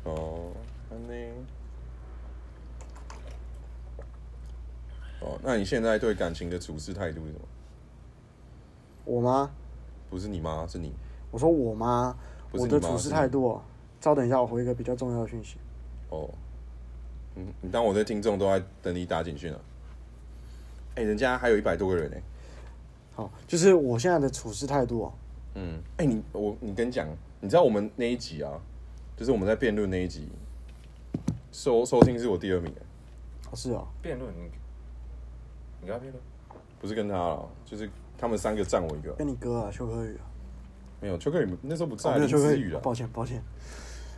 [SPEAKER 1] 哦，安妮。哦，那你现在对感情的处事态度是什么？
[SPEAKER 2] 我妈，
[SPEAKER 1] 不是你妈，是你。
[SPEAKER 2] 我说我妈，
[SPEAKER 1] 不是
[SPEAKER 2] 我
[SPEAKER 1] 你
[SPEAKER 2] 的
[SPEAKER 1] 妈
[SPEAKER 2] 处
[SPEAKER 1] 是
[SPEAKER 2] 事态
[SPEAKER 1] 你
[SPEAKER 2] 度哦。稍等一下，我回一个比较重要的讯息。
[SPEAKER 1] 哦，嗯，你当我的听众都在等你打警讯啊？哎、人家还有一百多个人呢、
[SPEAKER 2] 好，就是我现在的处事态度哦。
[SPEAKER 1] 嗯，哎、你我你跟你讲，你知道我们那一集啊，就是我们在辩论那一集，收收听是我第二名、欸，
[SPEAKER 2] 哦是哦，
[SPEAKER 3] 辩论，你你跟他辩论，
[SPEAKER 1] 不是跟他了，就是他们三个占我一个，
[SPEAKER 2] 跟你哥啊，邱科宇啊。
[SPEAKER 1] 没有邱克宇那时候啊不
[SPEAKER 2] 哦
[SPEAKER 1] 在，
[SPEAKER 2] 没有
[SPEAKER 1] 林
[SPEAKER 2] 邱
[SPEAKER 1] 思
[SPEAKER 2] 科
[SPEAKER 1] 雨
[SPEAKER 2] 宇
[SPEAKER 1] 了，
[SPEAKER 2] 抱歉抱歉。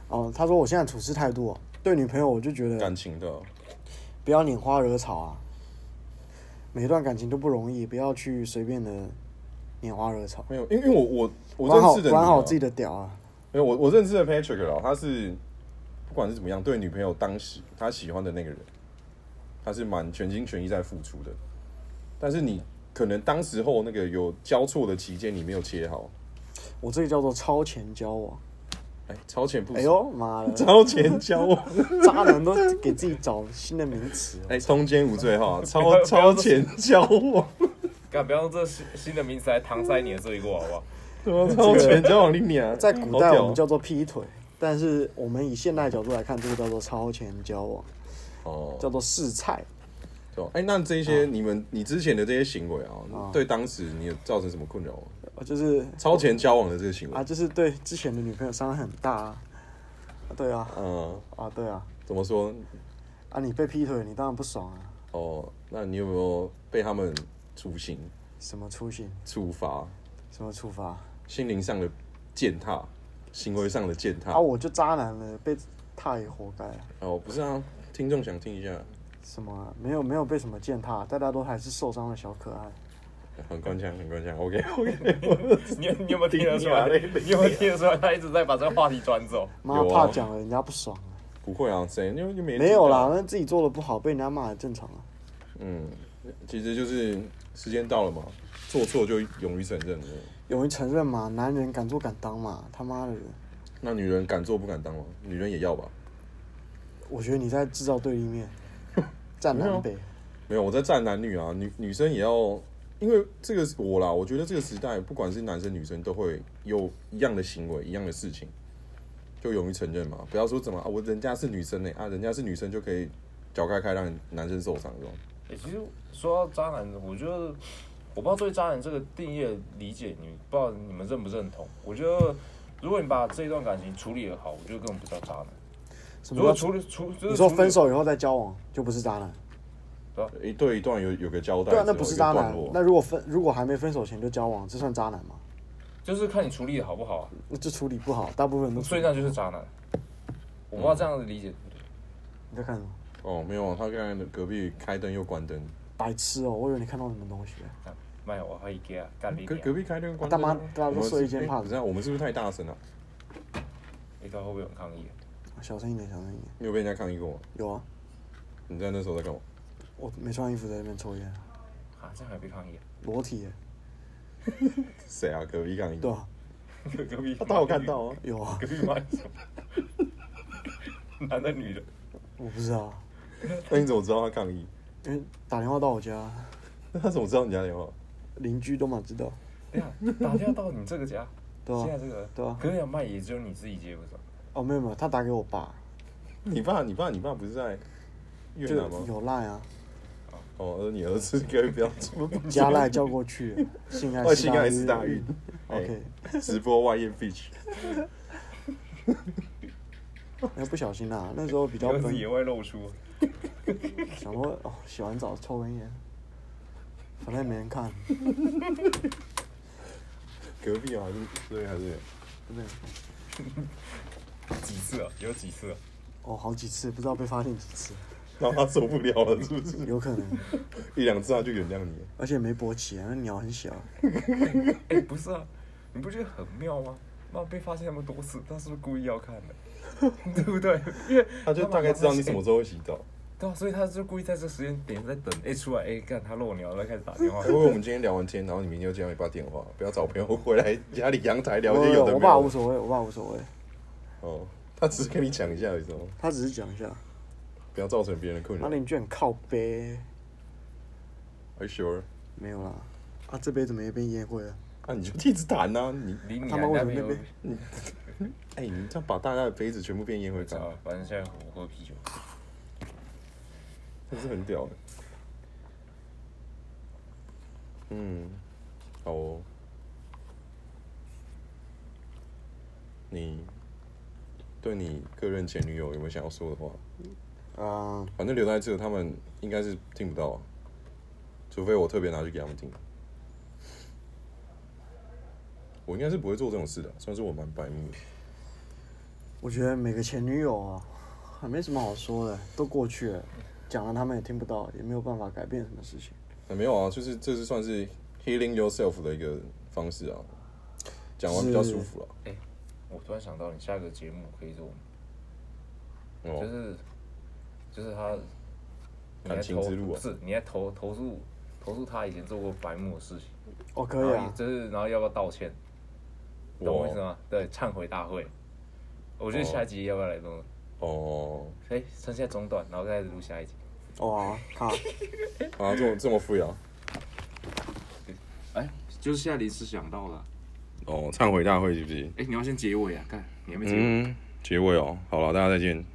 [SPEAKER 2] 哦，他说我现在处事态度哦，对女朋友我就觉得
[SPEAKER 1] 感情的，啊
[SPEAKER 2] 不要拈花惹草啊！每段感情都不容易，不要去随便的拈花惹草，
[SPEAKER 1] 没有，因为因为我我我
[SPEAKER 2] 管
[SPEAKER 1] 认
[SPEAKER 2] 好
[SPEAKER 1] 识的啊
[SPEAKER 2] 管好
[SPEAKER 1] 己。
[SPEAKER 2] 自己的屌啊！
[SPEAKER 1] 没有，我我认识的 Patrick 啦，他是不管是怎么样，对女朋友当时他喜欢的那个人，他是蛮全心全意在付出的。但是你可能当时候那个有交错的期间，你没有切好，
[SPEAKER 2] 我这个叫做超前交往，
[SPEAKER 1] 哎，超前部署，
[SPEAKER 2] 哎呦妈的，
[SPEAKER 1] 超前交 往，
[SPEAKER 2] 渣男都给自己找新的名词哦。
[SPEAKER 1] 哎，通奸无罪哈，
[SPEAKER 3] 不
[SPEAKER 1] 超
[SPEAKER 3] 要
[SPEAKER 1] 超前交往，
[SPEAKER 3] 干，不要用这新新的名词来搪塞你的罪过，好不好？
[SPEAKER 1] 什么超前交往令你啊？
[SPEAKER 2] 在古代
[SPEAKER 1] 好屌
[SPEAKER 2] 我们叫做劈腿，但是我们以现代角度来看，这个叫做超前交往，
[SPEAKER 1] 哦，
[SPEAKER 2] 叫做试菜。
[SPEAKER 1] 对吧哎，那这些你们你之前的这些行为啊
[SPEAKER 2] 啊，
[SPEAKER 1] 对当时你有造成什么困扰吗？
[SPEAKER 2] 就是
[SPEAKER 1] 超前交往的这个行
[SPEAKER 2] 啊，
[SPEAKER 1] 为，
[SPEAKER 2] 就是对之前的女朋友伤害很大啊。啊对啊，
[SPEAKER 1] 嗯，
[SPEAKER 2] 啊对啊，
[SPEAKER 1] 怎么说？
[SPEAKER 2] 啊你被劈腿，你当然不爽啊。
[SPEAKER 1] 哦，那你有没有被他们处刑、
[SPEAKER 2] 什么出行，
[SPEAKER 1] 处罚、
[SPEAKER 2] 什么处罚
[SPEAKER 1] 心灵上的践踏、行为上的践踏
[SPEAKER 2] 啊？？我就渣男了，被踏也活该啊。
[SPEAKER 1] 哦，不是啊，听众想听一下，
[SPEAKER 2] 什么啊、没有没有被什么践踏，大家都还是受伤的小可爱。
[SPEAKER 1] 很官腔，很官腔。OK OK，
[SPEAKER 3] 你你有没有听得出来？你有没有听得出来？他一直在把这个话题转 走。
[SPEAKER 2] 妈
[SPEAKER 1] 有啊
[SPEAKER 2] 怕讲了人家不爽啊、
[SPEAKER 1] 不会啊，谁又又没啊
[SPEAKER 2] 没有啦，？那自己做的不好被人家骂也正常啊。
[SPEAKER 1] 嗯，其实就是时间到了嘛，做错就勇于承认了。
[SPEAKER 2] 勇于承认嘛，男人敢做敢当嘛，他妈的，
[SPEAKER 1] 那女人敢做不敢当吗？女人也要吧？
[SPEAKER 2] 我觉得你在制造对立 面，站南北，
[SPEAKER 1] 没有，啊我在站男女啊，女女生也要，因为这个是我啦，我觉得这个时代不管是男生女生都会有一样的行为，一样的事情，就勇于承认嘛，不要说怎么啊，我人家是女生呢、啊，人家是女生就可以脚开开让男生受伤这种。
[SPEAKER 3] 欸，其实说到渣男，我觉得我不知道对渣男这个定义的理解，你不知道你们认不认同？我觉得如果你把这一段感情处理的好，我觉得根本不叫渣男。
[SPEAKER 2] 什
[SPEAKER 3] 如果
[SPEAKER 2] 么叫？
[SPEAKER 3] 处理处就是
[SPEAKER 2] 你说
[SPEAKER 3] 处理
[SPEAKER 2] 分，手以后再交往就不是渣男？
[SPEAKER 1] 一对一段有有个交代之
[SPEAKER 2] 对
[SPEAKER 1] 后，
[SPEAKER 2] 啊，那不是渣男
[SPEAKER 1] 有一个段落。
[SPEAKER 2] 那如果分如果还没分手前就交往，这算渣男吗？
[SPEAKER 3] 就是看你处理的好不好啊、
[SPEAKER 2] 那这处理不好，大部分人都处
[SPEAKER 3] 所以
[SPEAKER 2] 理。
[SPEAKER 3] 那就是渣男。我不知道这样的理解对不对。
[SPEAKER 2] 你在看什么？
[SPEAKER 1] 哦，没有啊，他刚才隔壁开灯又关灯，白
[SPEAKER 2] 白痴哦，我以为你看到什么东西了。
[SPEAKER 3] 啊卖我可以给啊，干你
[SPEAKER 1] 隔隔壁开灯又关
[SPEAKER 2] 啊大
[SPEAKER 1] 灯啊、
[SPEAKER 2] 妈大家都
[SPEAKER 1] 我们
[SPEAKER 2] 睡一间
[SPEAKER 1] 哎
[SPEAKER 2] 怕
[SPEAKER 1] 不是啊我们是不是太大声了、
[SPEAKER 3] 你到会不会有人抗议啊？
[SPEAKER 2] 小声一点，小声一点。
[SPEAKER 1] 你有被人家抗议过吗？
[SPEAKER 2] 有啊，
[SPEAKER 1] 你在那时候在干嘛？
[SPEAKER 2] 我没穿衣服在那边抽烟，
[SPEAKER 3] 啊，这样还被抗议、啊？
[SPEAKER 2] 裸体耶。
[SPEAKER 1] 谁啊？隔壁抗议？
[SPEAKER 2] 对啊，
[SPEAKER 3] 隔壁
[SPEAKER 1] 他有看到啊。
[SPEAKER 2] 有啊，
[SPEAKER 3] 隔壁骂你什么？男的女的？
[SPEAKER 2] 我不知道，
[SPEAKER 1] 那你怎么知道他抗议？
[SPEAKER 2] 因为打电话到我家，
[SPEAKER 1] 那他怎么知道你家电话？
[SPEAKER 2] 邻居都蛮知道。
[SPEAKER 3] 对啊，打电话到你这个家，
[SPEAKER 2] 对啊
[SPEAKER 3] 现在这个，
[SPEAKER 2] 对啊
[SPEAKER 3] 可是要卖也只有你自己接不上。
[SPEAKER 2] 哦，没有没有，他打给我爸，
[SPEAKER 1] 你爸，你爸，你爸不是在越
[SPEAKER 2] 就
[SPEAKER 1] 南吗？
[SPEAKER 2] 有赖 啊，
[SPEAKER 1] 哦，而你儿子可以不要这么
[SPEAKER 2] 加赖叫过去，性爱
[SPEAKER 1] 外
[SPEAKER 2] 是
[SPEAKER 1] 星爱哦是大运
[SPEAKER 2] 运。。OK，
[SPEAKER 1] 哎 直播外夜 beach，
[SPEAKER 2] 那不小心啦，那时候比较
[SPEAKER 3] 儿
[SPEAKER 2] 笨
[SPEAKER 3] 子，野外露出，
[SPEAKER 2] 想说哦，洗完澡抽根烟，反正也没人看，对
[SPEAKER 1] 隔壁啊，所以还是有
[SPEAKER 2] 不对？
[SPEAKER 3] 几次啊？有几次啊？
[SPEAKER 2] 哦，好几次，不知道被发现几次，
[SPEAKER 1] 让他受不了了，是不是？
[SPEAKER 2] 有可能，
[SPEAKER 1] 一两次他就原谅你了。
[SPEAKER 2] 而且没勃起啊，那鸟很小，
[SPEAKER 3] 哎、不是啊，你不觉得很妙吗？那被发现那么多次，他是不是故意要看的？ 对不对？因为
[SPEAKER 1] 他就大概知道你什么时候会洗澡。
[SPEAKER 3] 对啊，所以他就故意在这时间点在等，哎、出来，哎、干他漏尿了，开始打电话
[SPEAKER 1] 哎。因为我们今天聊完天，然后你明天又接到你爸电话，不要找朋友回来家里阳台聊一些有的没有的。
[SPEAKER 2] 我爸无所谓，我爸无所谓，
[SPEAKER 1] 哦，他只是跟你讲一下，你知道吗？
[SPEAKER 2] 他只是讲一下，
[SPEAKER 1] 不要造成别人的困
[SPEAKER 2] 他
[SPEAKER 1] 扰。
[SPEAKER 2] 邻居很靠背，
[SPEAKER 1] Are you sure？
[SPEAKER 2] 没有啦，啊，这辈子没被约会啊，
[SPEAKER 1] 啊，你就一直弹呐、啊，你
[SPEAKER 3] 离你
[SPEAKER 2] 他们为什么
[SPEAKER 3] 没有
[SPEAKER 2] 那边？
[SPEAKER 1] 哎、你这样把大家的杯子全部变烟灰缸，
[SPEAKER 3] 啊，反正现在我喝啤酒。
[SPEAKER 1] 真是很屌欸嗯，好哦。你对你个人前女友有没有想要说的话？
[SPEAKER 2] 啊，
[SPEAKER 1] 反正留在这，他们应该是听不到啊、除非我特别拿去给他们听。我应该是不会做这种事的，啊算是我蛮白目的。
[SPEAKER 2] 我觉得每个前女友啊，还没什么好说的，都过去了，讲了他们也听不到，也没有办法改变什么事情。
[SPEAKER 1] 啊，没有啊，就是这是算是 healing yourself 的一个方式啊，讲完比较舒服了。
[SPEAKER 3] 我突然想到，你下个节目可以做，就
[SPEAKER 1] 哦，
[SPEAKER 3] 是就是他你在
[SPEAKER 1] 感情
[SPEAKER 3] 投
[SPEAKER 1] 之路
[SPEAKER 3] 不
[SPEAKER 1] 啊，
[SPEAKER 3] 是你在投投诉投诉他以前做过白目的事情，
[SPEAKER 2] 哦，可
[SPEAKER 3] 然
[SPEAKER 2] 以
[SPEAKER 3] 后也
[SPEAKER 2] 啊，
[SPEAKER 3] 就是然后要不要道歉？懂我意思
[SPEAKER 1] 哇
[SPEAKER 3] 吗？对，忏悔大会，我觉得下一集要不要来弄？
[SPEAKER 1] 哦，
[SPEAKER 3] 哎，趁现在中断，然后再录下一集。
[SPEAKER 2] 哇靠！
[SPEAKER 1] 啊，这么这么富有，
[SPEAKER 3] 哎，就是现在临时想到了。
[SPEAKER 1] 哦，忏悔大会是不是？
[SPEAKER 3] 哎，你要先结尾啊？看你还没结尾。
[SPEAKER 1] 嗯，结尾哦，好了，大家再见。